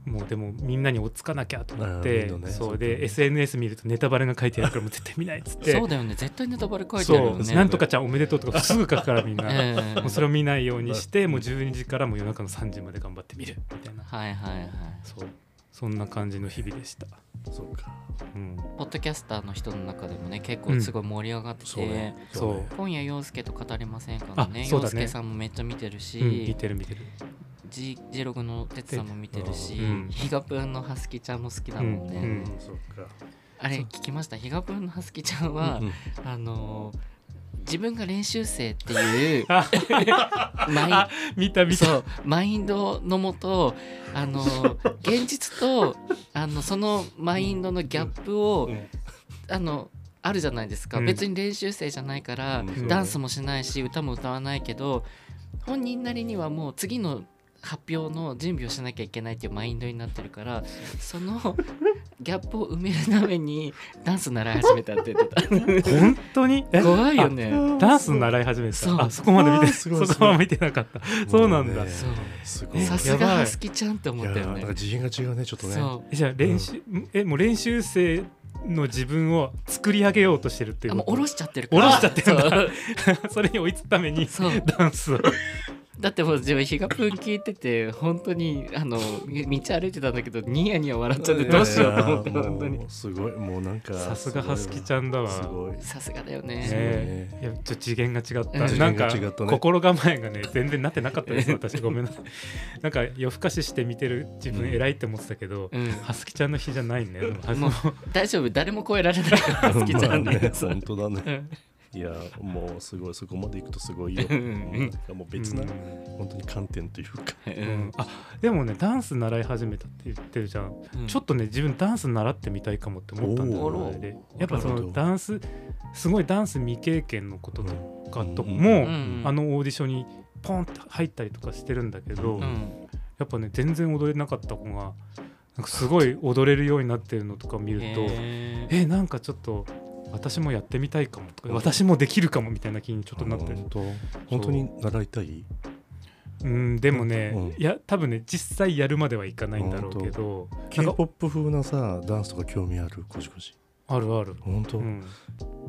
B: もうでもみんなに追っつかなきゃと思って
A: あーみんなね
B: そ
A: そううだね
B: で SNS 見るとネタバレが書いてあるからもう絶対見ないっつって
C: [laughs] そうだよね絶対ネタバレ書いてある
B: そ
C: よ
B: う
C: ね [laughs]
B: なんとかちゃんおめでとうとかすぐ書くからみんな
C: ええ
B: もうそれを見ないようにしてもう12時からもう夜中の3時まで頑張って見るみたいな
C: はいはいはい
B: そうそんな感じの日々でした。
A: そうか
B: うん
C: ポッドキャスターの人の中でもね結構すごい盛り上がって
A: そう
C: て
A: ね、
B: そう
A: ね
C: 今夜陽介と語りませんからね
B: あそう
C: 陽
B: だね
C: 介さんもめっちゃ見て
B: う
C: る
B: ん、見
C: して
B: る見てる。
C: ジジログの哲さんも見てるし
B: うん
C: ヒガプンのハスキちゃんも好きだもんね、
B: うん
A: うんそうか
C: あれ聞きましたヒガプンのハスキちゃんは、
A: うん
C: あのー自分が練習生っていう
B: あ
C: マ
B: 見た
C: イン
B: 見
C: そ
B: た。
C: うマインドのもとあのー現実とあのそのマインドのギャップを、
A: うん
C: あのあるじゃないですか、
B: うん
C: 別に練習生じゃないから、
A: うん
C: ダンスもしないし歌も歌わないけど本人なりにはもう次の発表の準備をしなきゃいけないっていうマインドになってるからそのギャップを埋めるためにダンス習い始めたって言ってた
B: 本当に [laughs] え
C: 怖い
A: [laughs]
C: よね
B: あダンス習い始め
C: そう
B: た。あそこまで見て
A: あーすごい
B: そこは見てなかった。そうなんだ
A: もね
C: そう
A: すごい
C: さ
A: い
C: す
B: や
C: が
B: ばい
C: ハスキちゃんって思
A: や
C: ったよ
A: なん
C: ね
A: か次元が違うねちょっとね
C: そ
B: えじゃあ練習、んえもう練習生の自分を作り上げようとしてるって
C: う
B: い
C: あ
B: う
C: もう
B: こと。
C: 下ろしちゃってるから
B: 下ろしちゃってるんだ
C: そう
B: [laughs] それに追いつくために
C: [laughs] そう
B: ダンスを。
C: だってもう自分ヒガプン聞いてて本当にあの道歩いてたんだけどニヤニヤ笑っちゃってどうしようと思って
A: いやーもう
C: 本当に
A: すごいもうなんか
B: さすがハスキちゃんだわ。
A: すごいわす
C: さすがだよ
A: ごい
C: ね
A: ね
B: ねえいやちょっと次元が違った、
C: うん
B: なんか
A: 次元が違ったね
B: 心構えがね全然なってなかったです私ごめんなさいなんか夜更かしして見てる自分偉いって思ってたけど、
C: うん
B: はすきちゃんの日じゃないんだよ。でもはす
C: もう大丈夫誰も超えられないから好きじゃな
A: [laughs]
C: いです
A: まあね本当だね
C: うん
A: いやもうすごいそこまで行くとすごいよ
C: うんうん
A: なんかもう別な、
B: うん
A: 本当に観点というか
C: う
B: うん
C: ん
B: あでもねダンス習い始めたって言ってるじゃん、ちょっとね自分ダンス習ってみたいかもって思ったんだよ
C: お
B: ね
C: ー
B: あれでやっぱそ
A: なるほ
B: の
A: ど
B: ダンスすごいダンス未経験のこととかと
A: う
B: も、
C: ん
B: あのオーディションにポンって入ったりとかしてるんだけ
A: う
B: ど、
C: うん
B: やっぱね全然踊れなかった子がなんかすごい踊れるようになってるのとか見ると
C: へー
B: えなんかちょっと私もやってみたいかもとか私もできるかもみたいな気にちょっとなったり
A: 本当本当に習いたい
B: うんでもね、
A: うん
B: いや多分ね実際やるまではいかないんだろうけどなんか
A: K-POP 風なさダンスとか興味あるこじこじ
B: あるある、
A: 本当、
B: うん、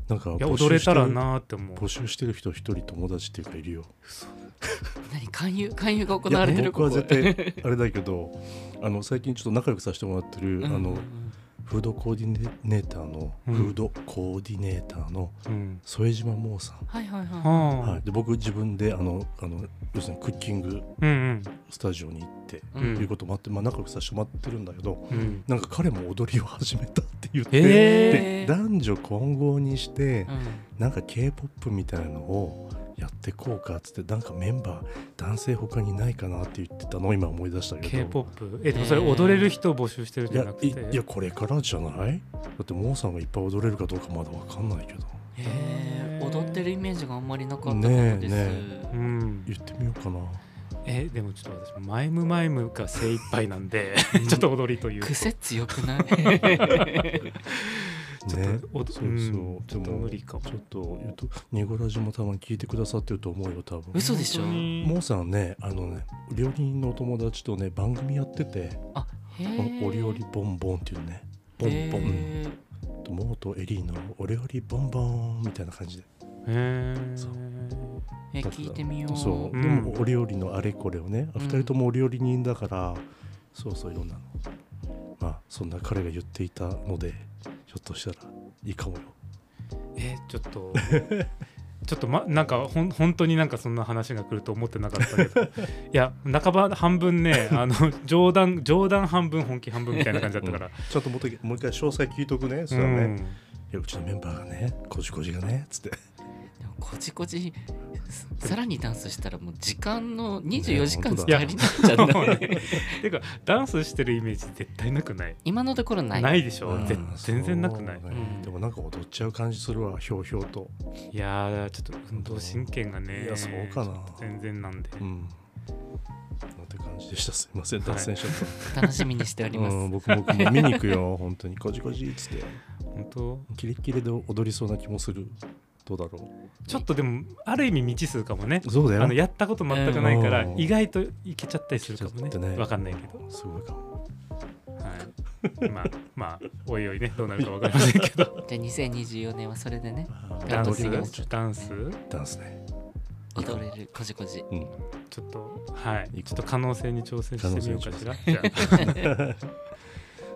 A: なんか
B: いや
A: 募
B: 踊
A: 集
B: れ
A: して
B: た
A: る
B: らなーって思う
A: 募集してる人一人友達っていうかいるよ
C: 何勧誘勧誘が行
A: いや
C: われてる
A: 僕は
C: ここ
A: 絶対あれだけ
C: [laughs]
A: どあの最近ちょっと仲良くさせてもらってる、
C: うん
A: あのフードコーディネーターの、
B: うん
A: フードコーディネーターの
B: うん
A: 副島猛さん、
C: はいはいは
B: は
A: はい、で僕自分であのあの要するにクッキング
B: い、うん
A: スタジオに行って、
C: い
B: うん
A: ということもあって、まあ、仲良くさせてもらってるんだけど
B: うんうん
A: なんか彼も踊りを始めたって言って、
B: えー、
C: えー
A: 男女混合にして、
C: うん
A: なんか k p o p みたいのをやってこうかっつってなんかメンバー男性他にないかなって言ってたのを今思い出したけど
B: K-POP えでもそれ踊れる人を募集してるん
A: い
B: じゃ
A: や
B: なく
A: い
B: て
A: いやこれからじゃないだってモーさんがいっぱい踊れるかどうかまだわかんないけど
C: へー踊ってるイメージがあんまりなかったも
A: ね
C: の
A: え
C: で
B: う
C: すね
B: ん
A: 言ってみようかな
B: えでもちょっと私マイムマイムが精
A: [laughs]
B: [laughs] 一杯なんでちょっと踊りというか
C: 癖強くない
B: ちちょっとお、
A: そうそう
B: うんちょっと
A: でも
B: 無理かも
A: ちょっと言うとニゴラジも多分聞いてくださってると思うよ多分
C: 嘘でしょ
B: 本当に
A: モーさんねあのね料理人のお友達とね番組やってて
C: あへ
A: 「
C: え
A: お料理ボンボン」っていうねボンボン、
C: へー
A: とモーとエリーの「お料理ボンボン」みたいな感じで
B: へえ
A: そう
C: え聞いてみよう
A: そう、
B: うん
A: でもお料理のあれこれをねあ
C: うん
A: 二人ともお料理人だから、そうそういろんなのまあそんな彼が言っていたのでひょっとしたらいいかもよ
B: えーちょっと [laughs] ちょっとまなんかほん本当になんかそんな話が来ると思ってなかった
A: [laughs]
B: けどいや半ば半分ねあの冗談冗談半分本気半分みたいな感じだったから、
A: ちょっともっともう一回詳細聞いとくねそれはね、いやうちのメンバーがねこじこじがねつって
C: でもこじこじすさらにダンスしたらもう時間の24時間
A: ね本
C: 足
A: 当だ
C: りなくちゃ
B: そう
C: な
B: ね
C: い
B: てかダンスしてるイメージ絶対なくない
C: [laughs] 今のところな
B: ないいでしょ、
A: うん
B: ぜ全然なくない、
A: そう
C: うん
A: でもなんか踊っちゃう感じするわひょうひょうと
B: いやーちょっと運動神経がね
A: いやそうかな
B: 全然なんで、
A: うんなんて感じでしたすいません脱線しちゃった、
C: 楽しみにしております、
A: うん僕僕も見に行くよ本当にこじこじっつって
B: 本当
A: キレッキレで踊りそうな気もするどうだろ
B: ちょっとでもある意味未知数かもね
A: うそうだ
B: あのやったこと全くないから、
A: うん
B: 意外といけちゃったりするかも
A: いけちゃって
B: ね
A: ね
B: わかんないけ
A: [laughs]
B: ど
A: すごいかも
B: はい、まあまあおいおいねどうなるかわかりませんけ
A: [laughs]
B: ど
C: じゃあ2024年はそれでね
B: ダン
C: 踊りが
B: スダンス
A: ダンスね
C: 踊れるこじこじ
A: うん
B: ちょっとはい
A: い
B: ちょっと可能性に挑戦してみようかしらじゃ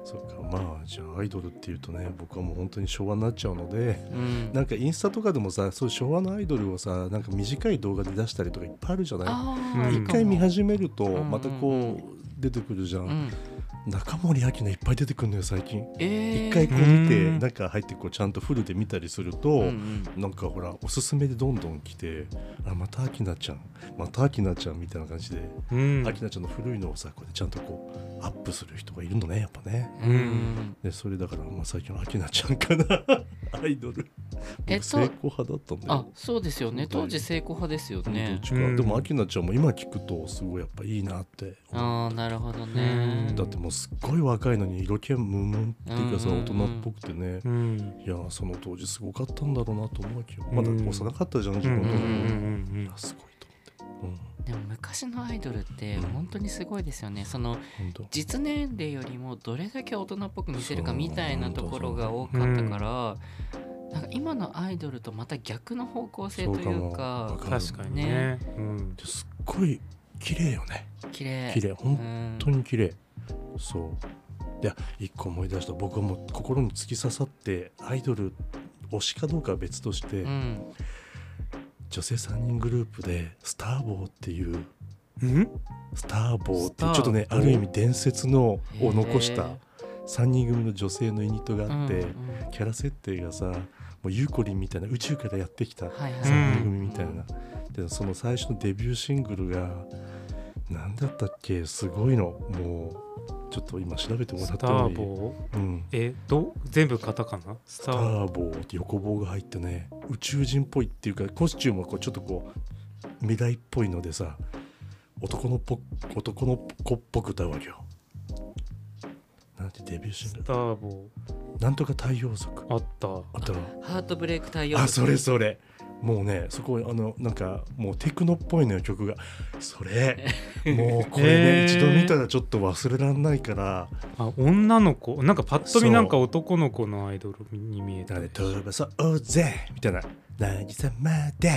A: そうかまあじゃあアイドルっていうとね僕はもう本当に昭和になっちゃうので [laughs]
C: うん
A: なんかインスタとかでもさそういう昭和のアイドルをさなんか短い動画で出したりとかいっぱいあるじゃない
C: あー
B: うん
C: いいかも
A: 一回見始めると
C: うん
A: またこう出てくるじゃん、
C: うん
A: 中森明菜いっぱい出てくるのよ最近
C: えー
A: 一回こう見て
B: うん
A: 中入ってこうちゃんとフルで見たりすると、
C: うんうん
A: なんかほらおすすめでどんどん来てあまた明菜ちゃんまた明菜ちゃんみたいな感じで [laughs]
B: あうん
A: 明菜ちゃんの古いのをさこれちゃんとこうアップする人がいるのねやっぱね
C: うんうん
A: でそれだから、まあ、最近の明菜ちゃんかな [laughs] アイドル
C: え
A: 僕
C: っと
A: 成功派だったんだ
C: あ
A: よ、
C: そうですよね
A: そうだよ
C: 当時成功派ですよ
A: どっ
C: ね
A: ちか、
B: うん
A: でも明菜ちゃんも今聞くとすごいやっぱいいなって思う
C: ああなるほどね
B: うん
A: だってもうすっごい若いのに色気ムンムンっていうかさ
C: うん
A: 大人
C: うんうん
A: っぽくてね
B: うん
A: いやその当時すごかったんだろうなと思うわけよまだ
B: うん
A: 幼かったじゃん
B: う
A: 自
B: んうん
A: 分
B: うん
A: の
B: う
A: 時もい
B: ん
A: やすごいと思って
C: でも昔のアイドルって
A: うん
C: 本当にすごいですよねその
A: うん本当
C: 実年齢よりもどれだけ大人っぽく見せるかみたいなところが多かったから、なんか今のアイドルとまた逆の方向性という
A: わ
C: か
A: かる
B: 確かにねうん
A: ですっごい綺麗よね
C: 綺麗
A: 綺麗
C: う
A: 本
C: ん
A: 当に綺麗そういや一個思い出した僕はもう心に突き刺さってアイドル推しかどうかは別として、
C: うん
A: 女性3人グループでスターボーっていう
B: うん
A: スターボーっていう
B: スターボー
A: ちょっとねある意味伝説のを残し
C: へ
A: た
C: ー
A: 3人組の女性のユニットがあって、
C: うんうん
A: キャラ設定がさもうゆうこりんみたいな宇宙からやってきた
C: はいはい
A: 3人組みたいな、でその最初のデビューシングルが何だったっけすごいのもうちょっと今調べてもらっ
B: ス
A: て
B: タ
A: もい
B: ー
A: い
B: ボー
A: うん、
B: えど全部カタカナスタ
A: タ
B: ー
A: ーボーって横棒が入ってね宇宙人っぽいっていうかコスチュームはこうちょっとこう未来っぽいのでさ男のぽ男の子っぽく歌うわけよなんてデビューシング
B: ス
A: ル
B: ターボ
A: なんとか太陽族
B: ーあった
A: あったら
C: ハートブレイク太陽
A: あそれそれもうねそこあのなんかもうテクノっぽいのよ曲がそ
C: [laughs]
A: れもうこれね、
B: へー
A: 一度見たらちょっと忘れらんないから
B: あ女の子なんかパッと
A: そう
B: 見なんか男の子のアイドルに見え
A: 「な
B: た
A: んで飛ばそうぜ」みたいな「渚まで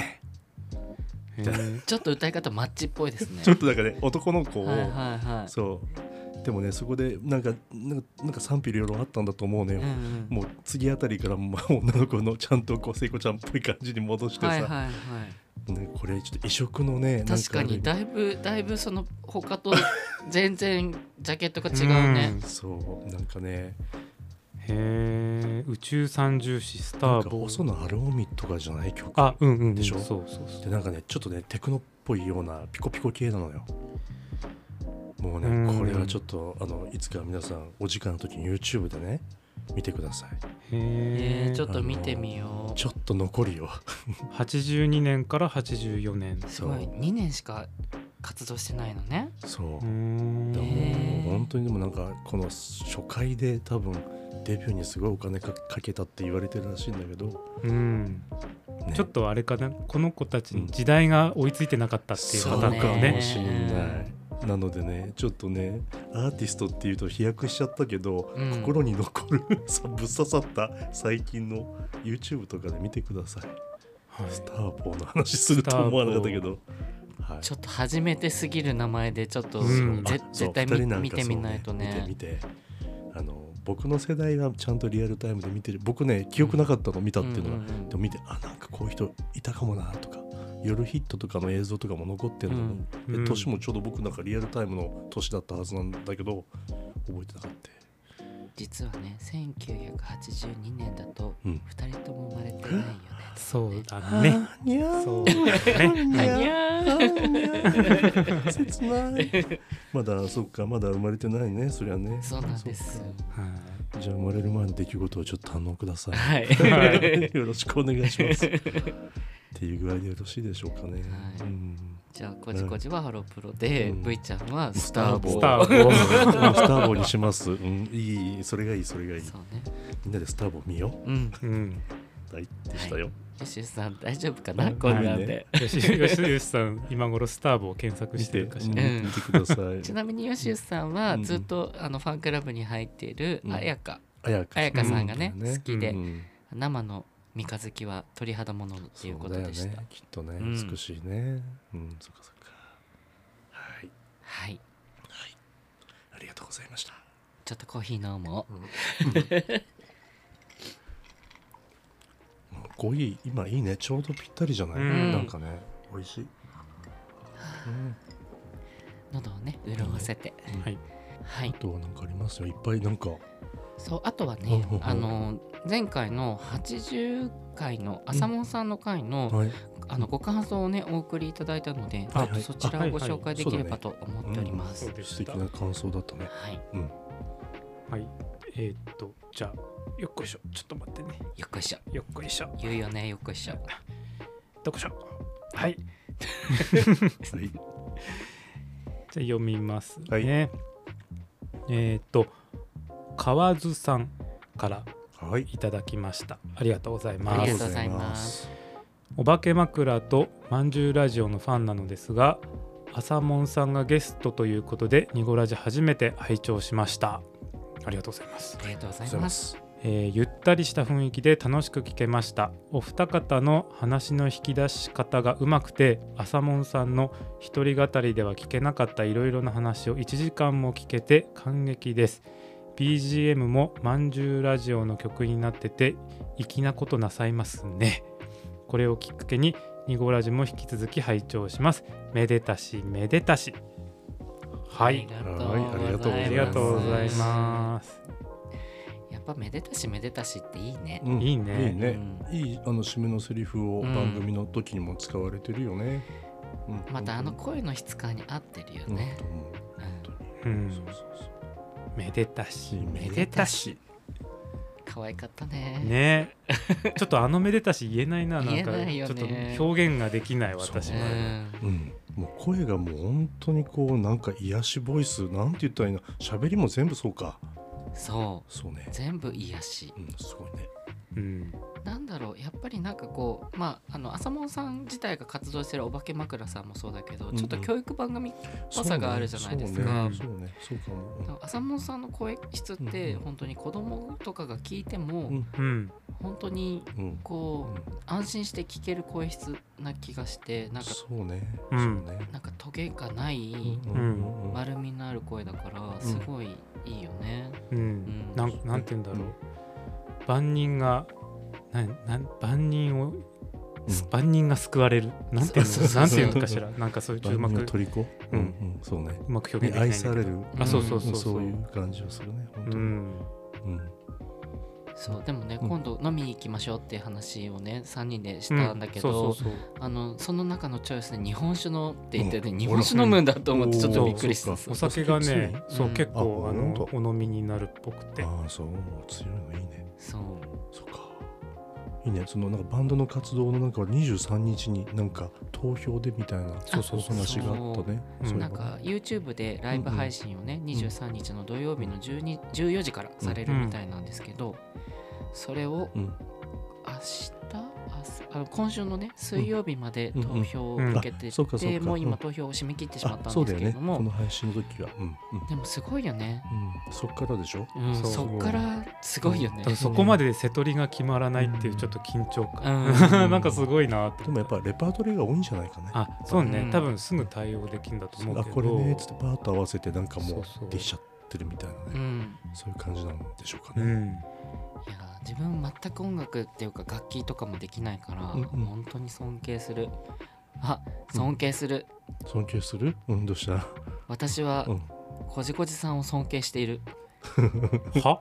B: へー
C: ちょっと歌い方マッチっぽいですね」
A: ちょっとなんかね男の子を、
C: はいはいはい
A: そうでもねそこでなんかなんかなんか賛否両論あったんだと思うね、
C: うんうん
A: もう次あたりから [laughs] もう女の子のちゃんとこう聖子ちゃんっぽい感じに戻してさ、
C: はいはいはい
A: ね、これちょっと異色のねなん
C: 確かにだいぶだいぶその他と全然ジャケットが違うね、
A: そうなんかね
B: へえ宇宙三重視ス
A: な
B: タ
A: ん
B: ー
A: か
B: ボー
A: 細野晴臣とかじゃない曲
B: あうんうんうん
A: でしょ
B: そうそうそ
A: でなんかねちょっとねテクノっぽいようなピコピコ系なのよもうね
B: うん
A: これはちょっとあのいつか皆さんお時間の時に YouTube でね見てくださいう
B: へ
C: えー、
B: え
C: ちょっと見てみよ
A: ちょっと残るよ
B: 82年から84年
C: うすごい2年しか活動してないのね
A: そう
B: うー
A: でも
B: ん
A: 本当にでもなんかこの初回で多分デビューにすごいお金かかけたって言われてるらしいんだけど、
B: うん
A: ね
B: ちょっとあれかなこの子たちに時代が追いついてなかったっていうパターン
A: そう
B: か
A: かも
B: ね
A: しれない。なのでねちょっとねアーティストっていうと飛躍しちゃったけど、
C: うん
A: 心に残る [laughs] さぶっ刺さった最近の YouTube とかで見てください、
B: はい
A: スターボーの話すると思わなかったけど、はい、
C: ちょっと初めてすぎる名前でちょっと、
B: うん
A: あ
C: ぜ
A: そう
C: 絶対
A: 二人
C: 見,、
A: なんか
C: 見てみないとね
A: そう見て見てあの僕の世代はちゃんとリアルタイムで見てる僕ね記憶なかったの見たっていうのが、
C: うんうんうん
A: でも見てあなんかこういう人いたかもなとか夜ヒットとかの映像とかも残ってるのに、
B: うん
A: で
B: うん
A: 年もちょうど僕なんかリアルタイムの年だったはずなんだけど覚えてなかった
C: 実はね1982年だと
A: うん
C: 2人とも生まれてないよね、
B: そうだね
A: あーにゃー
B: そうだね
A: にゃ
C: にゃー
A: ーにゃー切ない [laughs] まだそっかまだ生まれてないねそりゃね
C: そうなんです
A: そっか
B: は
A: じゃあ生まれる前の出来事をちょっと堪能ください [laughs]
C: はい
A: よろしくお願いし
C: [laughs]
A: ます。っていう具合でよろしいでしょうかね。
C: はい
A: うん
C: じゃあこじこじはハロプロで、
A: うん
C: V ちゃんはス
A: ス
C: タ
A: タ
C: ー
A: ー
C: ボー
A: ボ
B: ス
A: ー。う
B: ターを
A: んスターボーにします。うん、いい、それがいい、それがいい。
C: そうね
A: みんなでスターボー見よ
C: うん
B: うん
A: う。はい、でしたよ。
C: よしゅうさん大丈夫かな、こんなんで、
B: 吉吉さん今頃スターボを検索
A: 見
B: して
A: て、
B: るかしら
A: うん見てください。
C: ちなみによしゅうさんは
A: うん
C: ずっと、あのファンクラブに入っている
A: うん
C: あやか、
A: あやか
C: あやかさんがね,、好きで、
B: う
A: うん
C: 生の三日月は鳥肌ものっていうことでし
A: そうだ
C: た、
A: よね。きっとね
C: うん、
A: 美しいね。うん、そっかそっか。はい、
C: はい
A: はい。ありがとうございました。
C: ちょっとコーヒー飲もう
A: 5位今いいねちょうどぴったりじゃない、
B: うん
A: なんかね美味しい、うん、
C: 喉をね潤わせて、
B: はい
C: はい
A: あとは何かありますよいっぱいなんか
C: そうあとはね
A: ほうほうほう
C: あの前回の80回の朝門さんの回の、
A: はい
C: あのご感想をねお送りいただいたので、
A: はいはい
C: ちょっとそちらをご紹介できればと思っております。
B: そ
C: は
B: うで
A: 素
B: し
A: 敵
B: た
A: な感想だったね
C: い、
B: はいえーっとじゃあよっこいしょちょっと待ってね
C: よっこいしょ
B: よっこいしょ
C: 言うよねよっこいしょ。
B: どこしょは
A: はい
B: いじゃあ読みますね。
A: はい
B: えっ、と、河津さんから
A: はい
B: いただきました。ありがとうござい
C: あ
B: ま
C: り
B: す
C: が。とうございます
B: お化け枕とまんじゅうラジオのファンなのですが、朝もんさんがゲストということで、ニゴラジ初めて拝聴しました。ありがとうございます。
C: ありがとうござ
A: ありがとうござい
C: い
A: ま
C: ます。。
A: す
B: えーゆったりした雰囲気で楽しく聞けましたお二方の話の引き出し方がうまくて朝もんさんの一人語りでは聞けなかったいろいろな話を1時間も聞けて感激です BGM もまんじゅうラジオの曲になってて粋なことなさいますねこれをきっかけにニゴラジも引き続き拝聴しますめでたしめでたしはいあ
A: あ
B: り
A: りが
B: がと
A: と
B: う
A: う
B: ご
A: ご
B: ざ
A: ざ
B: い
A: い
B: ます
C: やっぱめでたしめでたしっていいね。
A: うん
B: いいね
A: いいね、いいあの締めのセリフを
C: うん
A: 番組の時にも使われてるよね、うん
C: またあの声の質感に合ってるよ
A: うん
C: ね。
A: うん本当に
B: う
A: そ
B: ん
A: うそうそう
B: めでたし
A: め
C: でた
B: し
C: 可愛かったね。
B: ねちょっとあのめでたし言えないななんか
C: 言えないよ
B: ちょ
C: ね
B: っと表現ができない私
C: う
B: は、
C: ん。
A: うん、もう声がもう本当にこうなんか癒しボイスなんて言ったらいいの喋りも全部そうか
C: そ
A: そうね
C: う。全部癒し。
A: うんすごいね
B: うん
C: なんだろうやっぱりなんかこうまああの朝門さん自体が活動してるお化け枕さんもそうだけど、
A: うんうん
C: ちょっと教育番組
A: そうね
C: 差があるじゃないですか
A: そうねそうねそうかも、うん
C: 浅門さんの声質って
A: うん
C: 本当に子供とかが聞いて
A: う
C: も
A: ん
B: うん
C: 本当に
A: うん
C: こう安心して聞ける声質な気がしてなんか
A: そうね、
B: うん
A: そうね
C: なんかトゲがない
A: うんうん
C: 丸みのある声だからすごいいいよね。
B: うん、
C: ん
B: なんなんて言うんだろう、万人がなんなん万人
A: う
B: を、
A: ん
B: 万人が救われるなんていう
A: そうそう
B: の
A: そう
B: なんていうのかしらなんかそういうちょっとうま
A: 万人
B: く
A: の虜
B: う
A: うんん、うん、そうね
B: うまく表現で
A: ね
B: きないん
A: 愛
B: だけど
A: される
B: あそう
A: そ
B: そ
A: う
B: そう
A: う
B: そう,、
A: いう感じがするね本
B: う
A: 当に、
B: ん
A: うん
C: そうでもね
A: うん
C: 今度飲みに行きましょうっていう話をね3人でしたんだけ
B: う
C: ど
B: そうそう
C: あのその中のチョイスで日本酒のって言ってて
A: うん
C: 日本酒飲むんだと思ってちょっとびっくりし
A: お
C: た
A: ー。
B: そうお酒がね
A: お
B: そう
C: うん
B: 結構
A: あ
B: あの
A: 本
B: お飲みになるっぽくて
A: ああそう強いのいいね
C: そう
A: そうかいいねそのなんかバンドの活動のなんか23日になんか投票でみたいな
C: そうそう
A: お話があったね
B: そ
A: そ
B: う
A: ういえば
C: なんか YouTube でライブ配信をね、23日の土曜日の12 14時からされるみたいなんですけど、それを
A: うん
C: 明日あすあの今週のね水曜日まで投票を
B: うんうん
C: 受けて
A: あそうかそう
C: て
A: か
C: もう
A: う
C: 今
A: ん
C: 投票を締め切ってしま
A: あ
C: った
A: そ
C: ん
A: う
C: で
A: だ
C: す
A: よ
C: けれ
A: ね
C: ど
A: この
C: も
A: 配信の時はうん
C: でもすごいよね、
A: うん、うん、そっからでしょ
C: うん、
B: そう
C: そっからすごいよね
B: ただそこまで瀬取りが決まらないっていうちょっと緊張感、
C: うん
B: なんかすごいなって
A: でもやっぱレパートリーが多いんじゃないかね
B: あそうね、
C: うん
B: 多分すぐ対応できるんだと思う
A: あ
B: けど
A: これねっつってパーッと合わせてなんか
B: そ
A: も
B: うそう
A: うできちゃってるみたいなね
C: うん
A: そういう感じなんでしょうか
B: う
A: ね、
B: ん
C: いやー自分全く音楽っていうか楽器とかもできないから、
A: うんうん
C: 本当に尊敬するあ尊敬する、
A: 尊敬するうんどうした
C: 私は
A: うん [laughs]
C: こじこじさんを尊敬している
B: は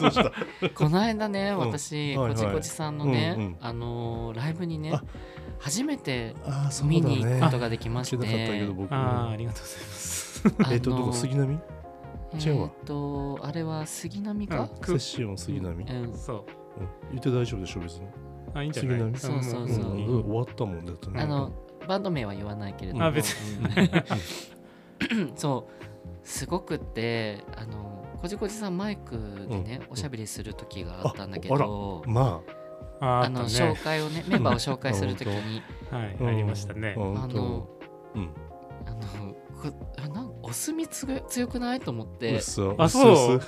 A: どうした
C: この間ね
A: うん
C: 私、
A: はいはい
C: こじこじさんのね、
A: うんうん
C: あのーライブにね
A: あ
C: 初めて
A: ああそうだね
C: 見に行くことができまして
A: 行けなかったけど僕
B: あーありがとうございます
C: あのー
A: えっとどこ杉並チェンは
C: えーとあれは杉並か、
A: セッション杉並、うん
C: うん
B: そう
A: 言って大丈夫でしょ別に
B: あいいんじゃ
A: 杉
B: ない
A: 並
C: そうそう
A: う
C: そ
A: ん
C: う
A: うん終わったもんだってね
C: あのバンド名は言わないけれども、
B: あ別
A: うんうんうん
C: そうすごくってあのこじこじさんマイクでね、おしゃべりする時があったんだけど
A: うんまあ
B: あ
C: あ
B: あった
C: の紹
B: ね
C: 介をねメンバーを紹介する時に
B: はい、
A: うん
B: ありましたね、
A: うん
C: あの
A: うん
C: あのこあなんお墨つぐ強くないと思っ
A: うってそ
B: あそう
A: っ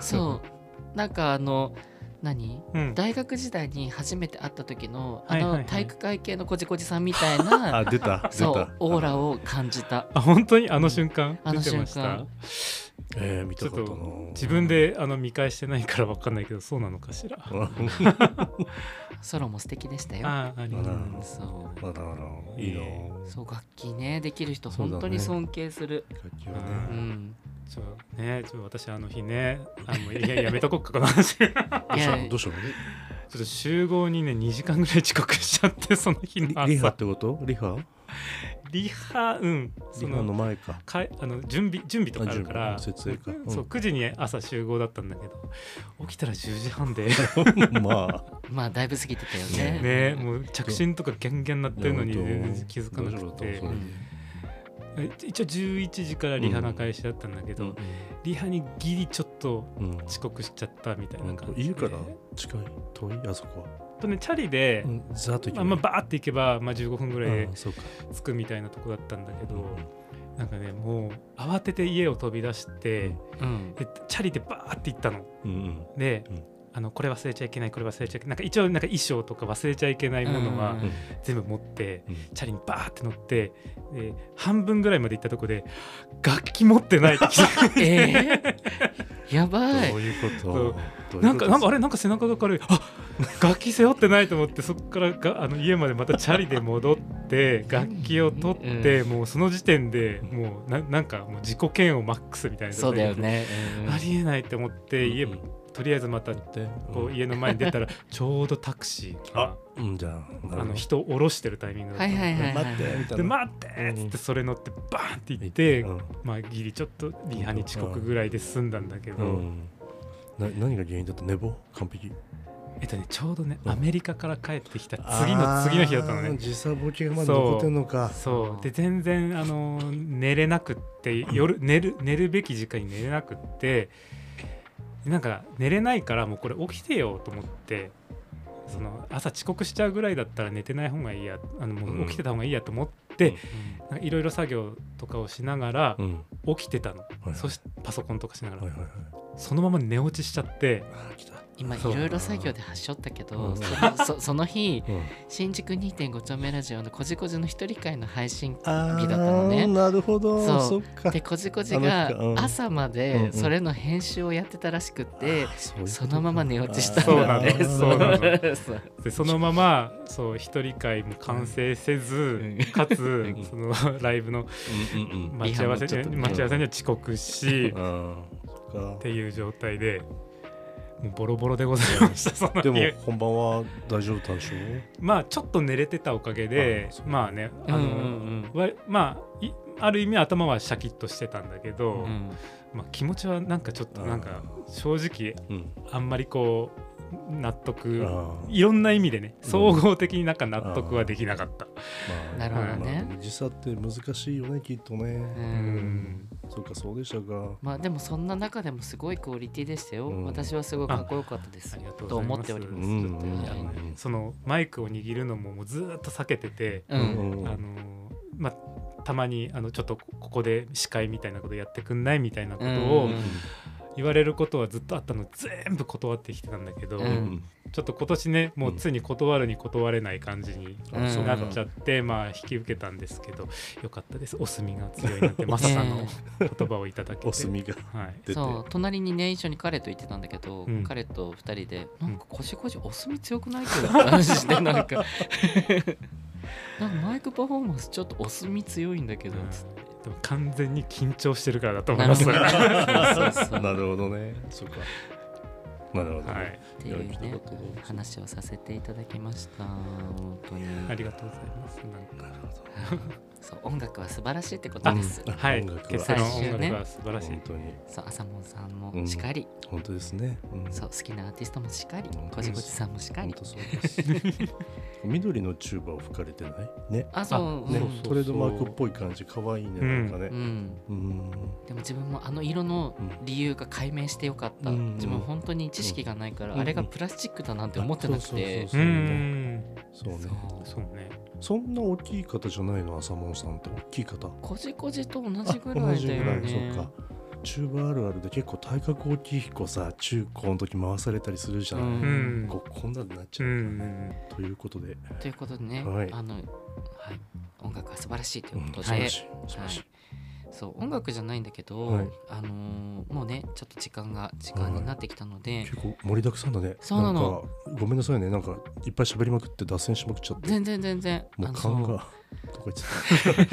A: す
C: そうなんかあの何
B: うん、
C: 大学時代に初めて会った時のあ
B: はいはいは
C: の
B: い
C: 体育会系のこじこじさんみたいな
A: [laughs] [laughs] あ出
C: [laughs]
A: た出
C: そ
A: た
C: うオーラを感じた
B: あ本当にあの瞬間
C: あ
B: 出
C: の
B: てまし
C: 瞬
B: た
C: 間
A: えー見たかっ
B: ち
A: た
B: ょっ
A: な
B: 自分であの見返してないからわかんないけどそうなのかしら
A: うんあ [laughs]
C: ソロも素敵でしたよ
B: あありがとうございます
C: そう
A: らあらいいな
C: そう楽器ねできる人
A: そうだね
C: 本当に尊敬する
A: 楽器は
C: う,、
A: ね
C: ん
B: ちょねちょ私あの日ねあのいややめとこっかこの話 [laughs] ちょ
C: いや
A: どうしたの
B: っと集合にね2時間ぐらい遅刻しちゃってその日の朝
A: リリハってことリハ
B: リハうん
A: リ
B: そ
A: ハの
B: の
A: 前
C: [laughs]
A: か
B: かいあの準備準備とかあるから
A: あ準備設営かうん
B: そう9時に朝集合だったんだけど起きたら10時半で
A: まあ
C: まあだいぶ過ぎてたよね。
B: ねもう着信とかギャンギャンなってるのに
A: いや本当
B: 全然気づかなく
A: 大
B: て
A: 丈夫だったの
B: 一応11時からリハの開始だったんだけ
A: そ
B: ど、
A: れで
B: リハにギリちょっと
A: うんうん
B: 遅刻しちゃったみたい
A: な
B: なん
A: か
B: 感じで
A: 家から近い遠いあそこは
B: とねチャリで、
A: うんざっと行けば
B: まあまあ、バーって行けば、まあ、15分ぐらいで
A: あそうか
B: 着くみたいなとこだったんだけど、
A: うん
B: なんかねもう慌てて家を飛び出して、
A: うん
C: うん。
B: でチャリでバーって行ったの
A: うんうん
B: で、
A: うん
B: あのこれ忘れちゃいけないこれ忘れちゃいけないなんか一応なんか衣装とか忘れちゃいけないものは
C: うん
A: うん
B: 全部持って、
A: うん
B: チャリにバーって乗ってで半分ぐらいまで行ったとこで楽器持ってないって気づいて
C: えー、 [laughs] やばい
A: ど。ういうこと
B: そう
A: どういうこと
B: なんかなんかあれなんか背中が軽いあ楽器背負ってないと思ってそこからがあの家までまたチャリで戻って楽器を取って、もうその時点でもうななんかもう自己嫌悪マックスみたいな状
C: そうだ
B: 態
C: よね。
B: ありえないって思って家、
A: うんうん
B: とりあえずまたこ
A: で
B: う家の前に出たらちょうどタクシーが
A: うんじゃあなるほ
B: あ
A: ど
B: の人を降ろしてるタイミングだったの
C: はいはいはい
A: 待ってみたい
B: で
A: な
B: 待ってっつってそれ乗ってバーンって行って、
A: うん
B: まあギリちょっとリハに遅刻ぐらいで済んだんだけど、
A: うんな何が原因だった寝坊完璧
B: えっとねちょうどね
A: うん
B: アメリカから帰ってきた次の次の日だったの
A: あー
B: ね
A: 時差ボケがまだ残ってんのか
B: そう
C: あー
B: で全然あのー寝れなくって夜寝る寝るべき時間に寝れなくってなんか寝れないからもうこれ起きてよと思ってその朝遅刻しちゃうぐらいだったら寝てない方がいいやあのもう起きてた方がいいやと思ってなんかいろいろ作業とかをしながら
A: うん
B: 起きてたの、
A: はい
B: そしてパソコンとかしながら、
A: はいはいはい
B: そのまま寝落ちしちゃって
A: あー来た
C: 今い
B: そう
C: ろいろ作業で発症ったけど、
A: うん
C: そのそ [laughs] その日
A: うん
C: 新宿2.5丁目ラジオのこじこじの一人会の配信
A: あ
C: 日だったのね
A: ーなるほど
C: そ
A: そうっか
C: でこじこじ
A: あの
C: が
A: 日かうん
C: 朝ま
A: うんう
C: で
A: ん
C: それの編集をやってたらしくって
A: あーそういうことか
C: そのまま寝落ちした
B: そうなんん
C: だ
B: だ
C: って
B: そうなの
C: [laughs] そう
B: でそのままそう一人会も完成せず、
C: うん
B: かつ、
A: ん
B: そのライブの
A: うんうんうん
B: 待ち合わせ
C: リハもちょっと
B: に
C: ね
B: 待ち合わせには遅刻し
A: あーそっ
B: っ
A: か
B: ていう状態でもうボロボロでございま [laughs] したその
A: でも
B: 日
A: 本番は大丈夫だったでしょ
B: まあちょっと寝れてたおかげで
A: あそう
B: まあねあ
C: うん
B: の、
C: うんうん
B: わまあいある意味頭はシャキッとしてたんだけど、
C: うん
B: まあ、気持ちはなんかちょっとなんか正直
A: うん
B: あんまりこう納得
A: あー
B: いろんな意味でね
A: うん
B: 総合的になんか納得はできなかった、
A: まあ、
C: なるほどね
A: まあ時差って難しいよねきっと
C: う
A: ね、
B: うんん
A: そうかそうでしたか
C: まあでもそんな中でもすごいクオリティでしたよ、
A: うん
C: 私はすごいかっこよかったです
B: ありがとうご
C: と
B: ざい
C: 思
B: ま
C: っ
B: す
C: ております、
A: うん
C: ちょっと
B: あ
C: は
B: の
C: い
A: うん
B: そのマイクを握るのももうずーっと避けてて、
C: うん
A: うん
B: あのまあたまにあのちょっとこここで司会みたいなことやってくんないみたいなこと
C: う
B: を
C: ん
B: 言われることはずっとあったの全部断ってきてたんだけど、
C: う
A: うんん
B: ちょっと今年ねもうついに断るに断れない感じに
A: あそう
B: な
A: か
B: っちゃって、まあ引き受けたんですけどよかったですお墨が強いなんてマサさんの言葉をいた [laughs] だけて。
A: お墨が
B: はい
A: 出て
C: そう隣にね一緒に彼と行ってたんだけど、
B: うん
C: 彼と二人で「
B: うん
C: なんか腰腰お墨強くない?」けど話してなんかなんかマイクパフォーマンスちょっとお墨強いんだけど
B: うん
C: つって
B: でも完全に緊張してるからだと思います。
C: なる
B: は
C: ほ
B: い、
C: そうそう
A: [laughs] なるほどねそうかなるほど、ね
C: っていう
A: いや
C: ね
A: 行きたかったな
C: 話をさせていただきました本当に
B: ありがとうございます。なんか
A: なるほど
C: はいそう音楽は素晴らしいってことです、
A: うん
B: はい
A: 音楽は、
B: 結成の
C: 最終
B: 音
C: ね
B: 楽は素晴らしい。
A: 本当に
C: そう朝門さんもしかり、
A: 本当ですね、うん、
C: そう好きなアーティストもしかり
A: うん
C: こじこじさんもしか
A: 本
C: り
A: 当そうです
C: [laughs]
A: 緑のチューバを吹かれてないね
C: あそう
A: ね
C: うん
B: そう
A: トレードマークっぽい感じ可愛いね、
B: うん
A: なんか
C: う
A: ね
C: ん
A: うん
C: でも自分もあの色の
A: うん
C: 理由が解明してよかった、
A: うん
C: 自分本当に知識がないから、
A: うん
C: あれがプラスチックだなんて思ってなくて、
A: そう
B: ー
A: ね
B: ん、
A: そうね
C: そう
B: そうね。
A: そんな大きい方じゃないの浅門さんって大きい方
C: こじこじと同じぐ
A: あ
C: ら
A: 同
C: い
A: じ
C: だ
A: ぐ
C: よ
A: らい、
C: ね
A: そうかチューバあるあるで結構体格大きい子さ中高の時回されたりするじゃ、
C: うん
B: うんん、
A: こうこんなんなっち
B: う
A: ゃう、
B: ん、
A: ということで
C: ということでね、
A: はい
C: あのはい、音楽は素晴らしいと
A: う
C: い
A: ん
C: うこと
A: 素
C: で、
A: 晴らしい素晴らしい、
C: そう音楽じゃないんだけど、
A: はい
C: あのーもうねちょっと時間が時間になってきたので、
A: 結構盛りだくさんだね
C: そうなの
A: んかごめんなさいねなんかいっぱい喋りまくって脱線しまくっ
C: [laughs]
A: ちゃって
C: 全然全然
A: も
C: あ
A: う
C: の
A: 勘
C: そう
A: がどこ行っちゃっ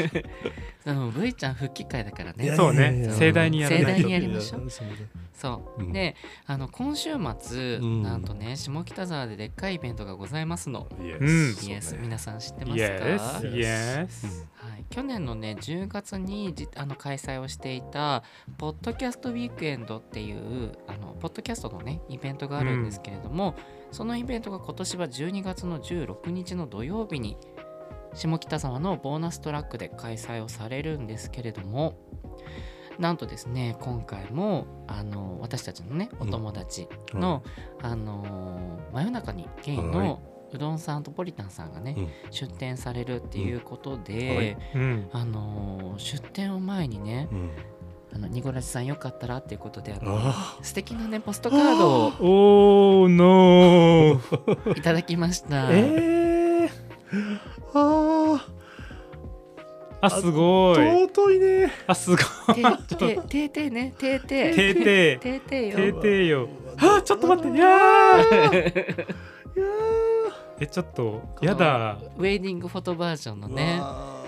C: あの V ちゃん復帰会だから
A: いや
C: ね
B: そう
A: いやい
B: ね
A: や、
B: 盛大にやら
A: た
B: な
C: 盛
B: い
C: 大に
B: と。
C: やりましょう
A: いやすいません
C: そう、
A: うん
C: であの今週末、
A: うん
C: なんとね下北沢ででっかいイベントがございますの、
A: イエ
B: うん
A: ス
C: イエス
A: そうね
C: 皆さん知ってま
B: イ
C: す
B: エ
C: か
B: ス、
A: Yes
B: イエス。
C: はい、去年のね10月にじあの開催をしていたポッドキャストウィークエンドっていうあのポッドキャストのねイベントがあるんですけれども、そのイベントが今年は12月の16日の土曜日に下北沢のボーナストラックで開催をされるんですけれどもなんとですね今回もあの私たちのねお友達の、あのー真夜中にゲイ
A: は
C: のうどんさんとポリタンさんがね、
A: うん
C: 出店されるっていうことで、
A: はい
B: うん、
C: あのー出店を前にね
A: うん
C: 「あのニゴラジさんよかったら」っていうことであの
A: あ
C: 素敵なねポストカードを
B: おー、ノー。
C: いただきました。
A: えー、あ
B: あ、すごい。
A: ー尊いね
B: あ、すごい。
C: てててててねてて
B: てーてー
C: てーてー
B: て
C: よ
B: ーてーよ。あ、ちょっと待って。いやー。
A: いや
B: え、ちょっと、やだ。
C: ウェディングフォトバージョンの
A: ー
C: ね
A: うわ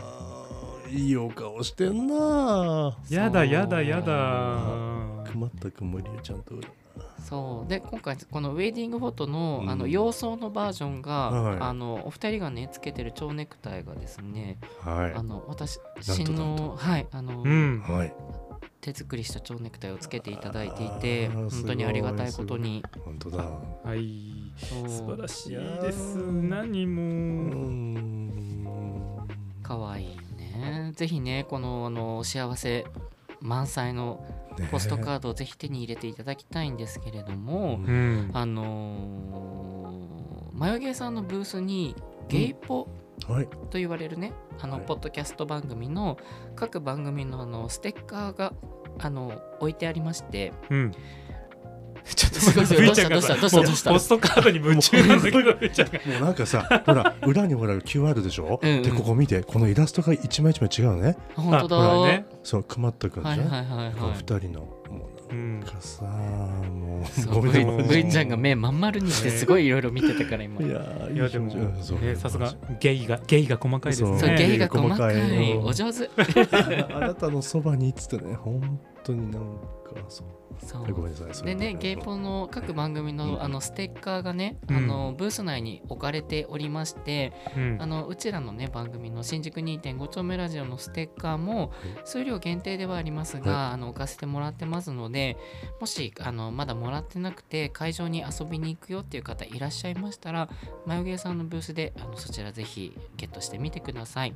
A: ーいいお顔してんな
B: やだ、やだ、や
A: あ
B: だ。
A: くまったくもりえちゃんと
C: そうで今回このウェディングフォトの,、
A: うん
C: あの様相のバージョンが、
A: はい
C: あのお二人がねつけてる蝶ネクタイがですね、
A: はい
C: あの私
A: なんとなんと
C: の,、はいあの
B: うん。
A: はい
C: 手作りした蝶ネクタイをつけていただいていて
A: あー
C: 本当にありがたいことに
A: 本当だ
B: はい。
C: そう
B: 素晴らしい
A: いやー
B: です。何
A: う
B: も。
A: ん
C: 可愛いねぜひねこのあの幸せ満載の
A: ね
C: ポストカードをぜひ手に入れていただきたいんですけれども、
A: うん
B: うん。
C: あのー、マヨゲーさんのブースにゲイポ
A: はい
C: と言われるね、あの
A: はい
C: ポッドキャスト番組の各番組のあのステッカーがあの置いてありまして
B: うん。ちょっと
C: すごいすごい
B: ブイちゃんがさ
C: どうしたどうした
B: も
C: ど
B: ポ
C: うした
B: ストカードに夢中なんだけど、ブイちゃんが。
A: もうなんかさ [laughs] ほら裏にほら QR でしょ、
C: うんうん
A: でここ見てこのイラストが一枚一枚違うのね
C: あ本当だ
B: あほらね
A: そうくまったくんじゃ
C: はい
A: ん、
C: はいはい
A: この
C: は
A: 二
C: い
A: 人のも
B: う
A: うんなん。かさもう
C: そう
A: ごめん
B: なさい
A: 今
C: [laughs]
B: う
C: ブイちゃんが目まん丸にしてすごいいろいろ見てたから今
A: いや
B: いやでも、
A: うんそう
B: ね、さすがゲイがゲイが細かいですね。
C: そうゲイが
A: ね
C: 細かい
A: 細かい
C: お上手
A: [laughs] あなたのそばにっつってね本当になんかそう
C: そう
A: ごめんなさいそれ
C: でね、ゲイポの各番
A: う
C: 組の
A: ん
C: あのステッカーがね、
B: うん
C: あのブース内に置かれておりまして、
B: うん
C: あのうちらのね番組の新宿2.5丁目ラジオのステッカーも数量限定ではありますが、あの置かせてもらってまますのでもしあのまだもらってなくて会場に遊びに行くよっていう方いらっしゃいましたら眉毛さんのブースであのそちらぜひゲットしてみてください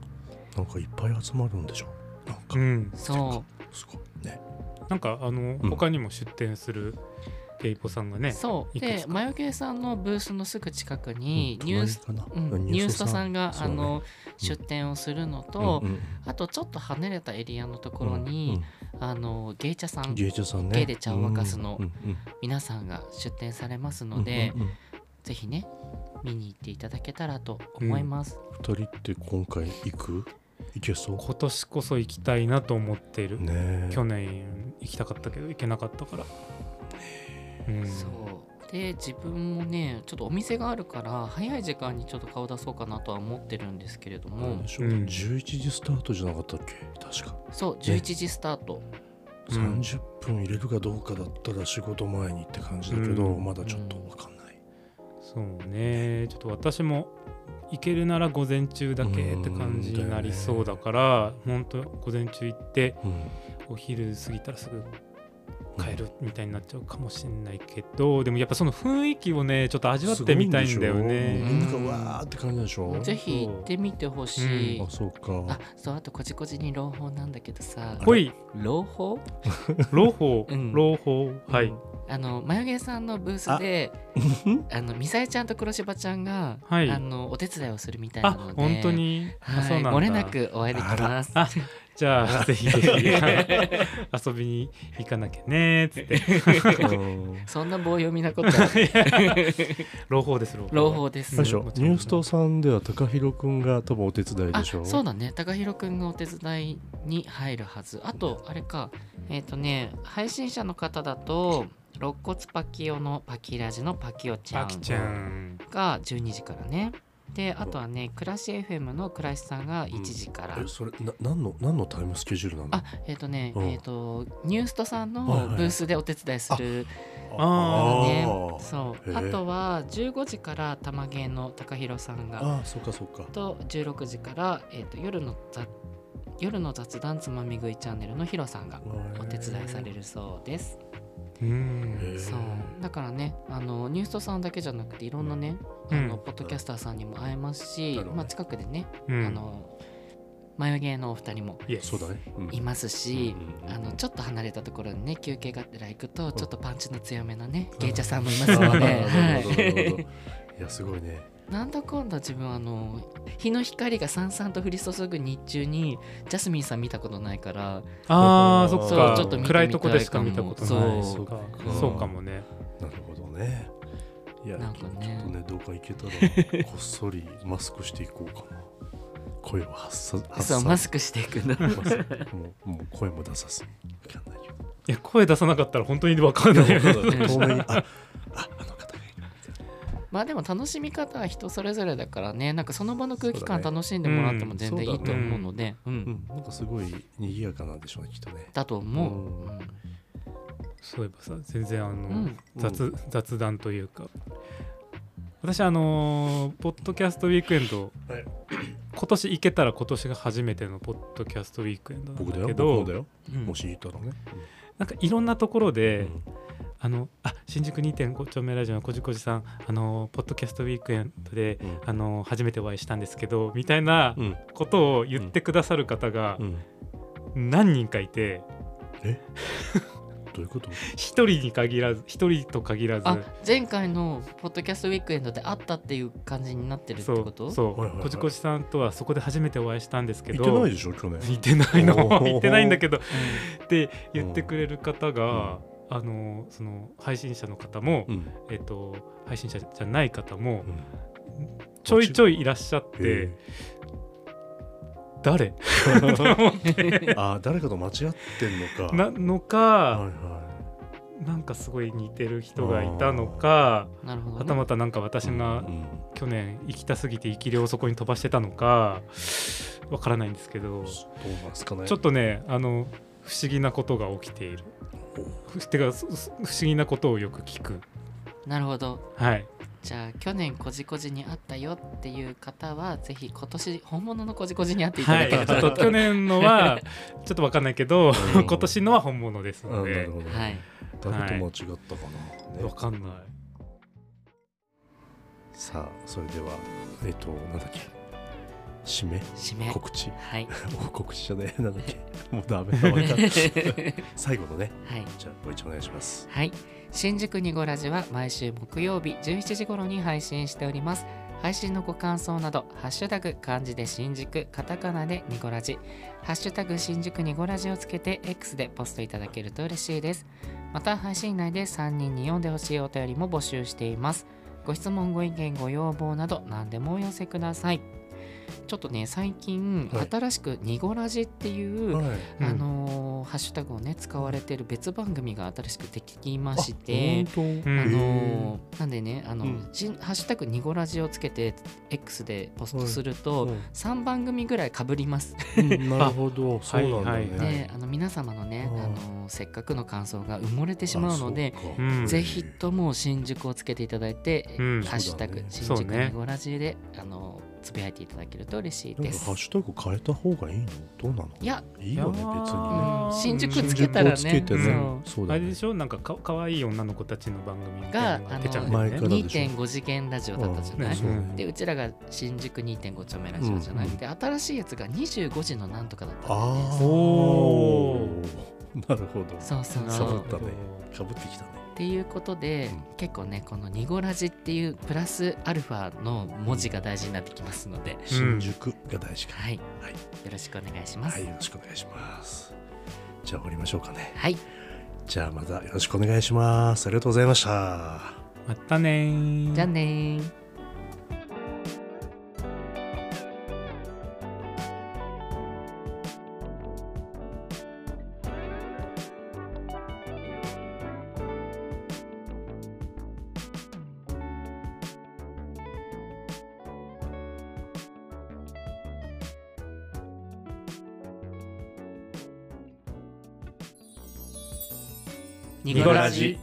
A: なんかいっぱい集まるんでしょなん
B: う
A: か
B: ん、
C: そう
A: すごいね
B: なんかあの、
A: うん
B: 他にも出店するゲイポさんがね
C: そう
B: いく
C: で
B: つか
C: 眉毛さんのブースのすぐ近くに
A: うん
C: ニュース、
A: 隣か
C: う、
A: なん
C: ニュースタさんが、
A: そう
C: あ
A: ね
C: の出店をするのと、
A: うんうん
C: あとちょっと離れたエリアのところに、あのゲイ茶さ
A: うんうん
C: ん
A: 芸者さんね
C: 芸で茶を沸かすの
A: うんうん
C: 皆さんが出店されます
A: うん
C: ので、
A: うんうん
C: ぜひね見に行っていただけたらと思います、
A: 二人って今回行く行けそう
B: 今年こそ行きたいなと思っている、
A: ねえ
B: 去年行きたかったけど行けなかったから、うん、
C: そうで自分もねちょっとお店があるから早い時間にちょっと顔出そうかなとは思ってるんですけれども、
A: なんでしょう
B: うん
A: 11時スタートじゃなかったっけ確か
C: そう11時スタート、
B: うん
A: 30分入れるかどうかだったら仕事前にって感じだけど、
B: うん
A: まだちょっとわかんない、
B: そうねちょっと私も行けるなら午前中だけって感じになりそうだから本当午前中行って
A: うん
B: お昼過ぎたらすぐ帰るみたいになっちゃうかもしれないけどでもやっぱその雰囲気をねちょっと味わってみたいんだよ
A: すご
B: ね
A: いんでしょみんながわーって感じなんでしょ
C: ぜひ行ってみてほしい、
A: あそう
C: [laughs] あ
A: か
C: そうあとこじこじに朗報なんだけどさ
B: ほい
C: 朗報
B: 朗報
C: うん
B: 朗報はい
C: あの眉毛さんのブースであのミサエちゃんと黒柴ちゃんが、
B: はい
C: あのお手伝いをするみたい
B: あ
C: なので
B: 本当にあ
C: はい
B: そうなんだ
C: 漏れなくお会いできます
B: あじゃあぜひぜひ遊びに行かなきゃねーっつって
A: うん
C: [laughs] そんな棒読みなことは
B: 朗報です朗報
C: 朗報です
A: あれ
B: [laughs]
A: でしょ
B: もちろん
A: ニューストさんでは高弘くんが多分お手伝い
C: あ
A: でしょ
C: そうだね高弘くんがお手伝いに入るはずあとあれかえっ、とね配信者の方だと肋骨パキオのパキラジのパキオちゃ
B: あ
C: ん
B: きちゃん
C: が12時からねであとはね暮らし FM の暮らしさんが1時から、
A: えそれな何の何のタイムスケジュールなの
C: あえっ、とね、
A: うん
C: えっ、とニューストさん
A: はいはい
C: の
A: はい
C: ブースでお手伝いする
B: あ
C: ね、
A: ー
C: そう
A: へえ
C: あとは15時から玉芸の高弘さんが
A: あーそうかそうか
C: と16時から、えー、と夜の雑夜の雑談つまみ食いチャンネルのヒロさんがお手伝いされるそうです、
B: うん
A: へえ
C: そうだからねあのニューストさんだけじゃなくていろんなね、
B: うん
C: あのポッドキャスターさんにも会えますし、
A: なるほどね
C: まあ、近くでね、
B: うん
C: あの眉毛のお二人も
B: イエス
A: そうだね、うん
C: いますし、
A: うんうん
C: あのちょっと離れたところにね休憩があってら行くとちょっとパンチの強めなね
A: ん
C: 芸者さんもい
A: なるほどなるほどなるほど [laughs]
C: ますので、はい
A: いやすごいね。
C: い、なんだかんだ自分あの日の光がさんさんと降り注ぐ日中にジャスミンさん見たことないから
B: ああそっ
A: そう
B: か
A: ちょっと見てみたいかも
B: 暗いとこでしか見たことない
C: そう
B: か
A: うん
B: そうかもね
A: なるほどね。いや
C: なんか
A: ちょ
C: ね
A: っとねどうか行けたら
C: [laughs]
A: こっそりマスクしていこうかな。声を発さ発
C: そ
A: さ
C: うマスクしていくの
A: マスクもうもう声も出さずにいかないよ。
B: いや声出さなかったら本当に分かんないよね
C: [laughs] ね
A: 透明にあああの方がいる。
C: [laughs] まあでも楽しみ方は人それぞれだからねなんかその場の空気
A: そう
C: 感
A: だね
C: 楽しんでもらっても全然
A: うん
C: いいと思うのでうん
A: うんなんかすごい賑やかなんでしょうねきっとね。
C: だと思う、
A: うん
C: うん
B: そういえばさ全然あ
C: う
B: の
C: ん
A: う
B: 雑雑談というか私あのーポッドキャストウィークエンド
A: はい
B: 今年行けたら今年が初めてのポッドキャストウィークエンドな
A: 僕だ
B: ん
A: よ
B: だけ
A: 僕もだ
B: ど
A: よ。
B: うん
A: もしいたらね。
B: なんかいろんなところ
A: う
B: で
A: ん
B: あのあ新宿2.5丁目ラジオのこじこじさんあのーポッドキャストウィークエンドで
A: うん
B: あのー初めてお会いしたんですけどみたいな
A: うん
B: ことを言ってくださる方が
A: うん
B: 何人かいて
A: えどういうこと？
B: 一人に限らず一人と限らず
C: あ前回のポッドキャストウィークエンドで会ったっていう感じになってるって
B: そ
C: こ
B: う
C: と
B: そ
A: は
B: う、
A: いはいはい
B: こじこじさんとはそこで初めてお会いしたんですけ
A: 行
B: ど
A: ってないでしょ去年。
B: 似てないの
A: おー
B: [laughs] 行ってないんだけど
C: う
B: って言ってくれる方が、あのその配信者の方も、
A: うん
B: えっと配信者じゃない方も
A: うん
B: ちょいちょいいらっしゃっ
A: へえ
B: て [laughs] 誰
A: あー誰かと間違ってんのか。
B: なの
A: はい
B: か
A: は
B: なんかすごい似てる人がいたのか
C: んなるほど、
B: はたまたなんか私
A: い。
B: が
A: うん
B: 去年生きたすぎて生き霊をそこに飛ばしてたのかわからないんですけど
A: どうなんですかね。
B: ちょっとねあの不思議なことが起きている。ふてかそそ不思議なことをよく聞く。
C: なるほど
B: はい。
C: じゃあ去年こじこじに会ったよっていう方はぜひ今年本物のこじこじに会っていた
B: は
C: だ
B: い、
C: け
B: ちょ
C: れ
B: っ
C: ば、
B: と去年のはちょっとわかんないけど
A: うん
B: 今年のは本物です
A: あ
B: の
A: なる
B: で
A: ほど、
C: はい、
A: 誰と間違ったかな、ね
B: わかんない
A: さあそれではえっ、となんだっけ締め
C: 締め
A: 告知 [laughs]
C: はい
A: お告知じゃねえなんだっけもうダメだわかん
C: [laughs]
A: ない最後のね
C: はい
A: じゃあご一緒お願いします
C: はい。新宿にごラジは毎週木曜日17時頃に配信しております。配信のご感想など、ハッシュタグ漢字で新宿、カタカナでニゴラジ、ハッシュタグ新宿ニゴラジをつけて X でポストいただけると嬉しいです。また配信内で3人に読んでほしいお便りも募集しています。ご質問、ご意見、ご要望など何でもお寄せください。ちょっとね、最近、
A: はい
C: 新しくニゴラジっていう、
A: はい
B: うん
C: あのーハッシュタグをね使われてる別番組が新しくできまし
A: あ
C: て
A: 本当
B: う
C: あ
B: ん
C: のーなんでねあの、
A: うん
C: しハッシュタグニゴラジをつけて X でポストする
A: は
C: と
A: い
C: 3番組ぐらいかぶります、
A: うんなるほどそうなんだね、
B: はいはいは
C: であの皆様のね、
A: うん
C: あのーせっかくの感想が埋もれてしまうので
A: あそうか
B: うん
C: ぜひとも新宿をつけていただいて、
B: うん
C: ハッシュタグ、
A: そ
B: う
C: 新
B: だね
C: 宿ニゴラジであのーつぶやいていただけると嬉しい
A: なん
C: で
A: か
C: す
A: ハッ。シュタグ変えた方がいいのどうなの
C: いや、
A: いいよね
B: いや
A: 別にね
B: ー
C: うん新宿
A: 新
C: つ
A: 宿
C: けた
A: を
C: ら
A: つけ
C: ね、
A: て
B: う
A: ね
C: そう
A: そう
B: あ
A: だ
B: れ
A: ね
B: でしょなんかかかわいい女の子たちの番組みたいなの
C: が
B: が出ちゃうん
A: あ
B: だ
A: の
B: よ
A: 前
B: ね。
A: からでしょ
C: 2.5次元ラジオだったじゃ
A: う
C: なんい
A: そうだね
C: でうちらが新宿2.5丁目ラジオじゃなくて、新しいやつが25時のなんとかだったん
A: あ
C: で
A: あ
C: す
B: お
A: なるほど
C: そうそう
B: な
C: そ
A: かぶ
B: るほど
C: う
A: っ。たねかぶってきたね
C: っていうことで、
A: うん
C: 結構ねこの「ニゴラジ」っていうプラスアルファの文字が大事になってきますので、
A: 新宿が大事か
C: はい、
A: はい
C: よろしくお願いします。
A: はいよろしくお願いしますじゃあ終わりましょうかね
C: はい、
A: じゃあまたよろしくお願いしますありがとうございました
B: またねー
C: じゃあねー。ニ
B: ニコラジ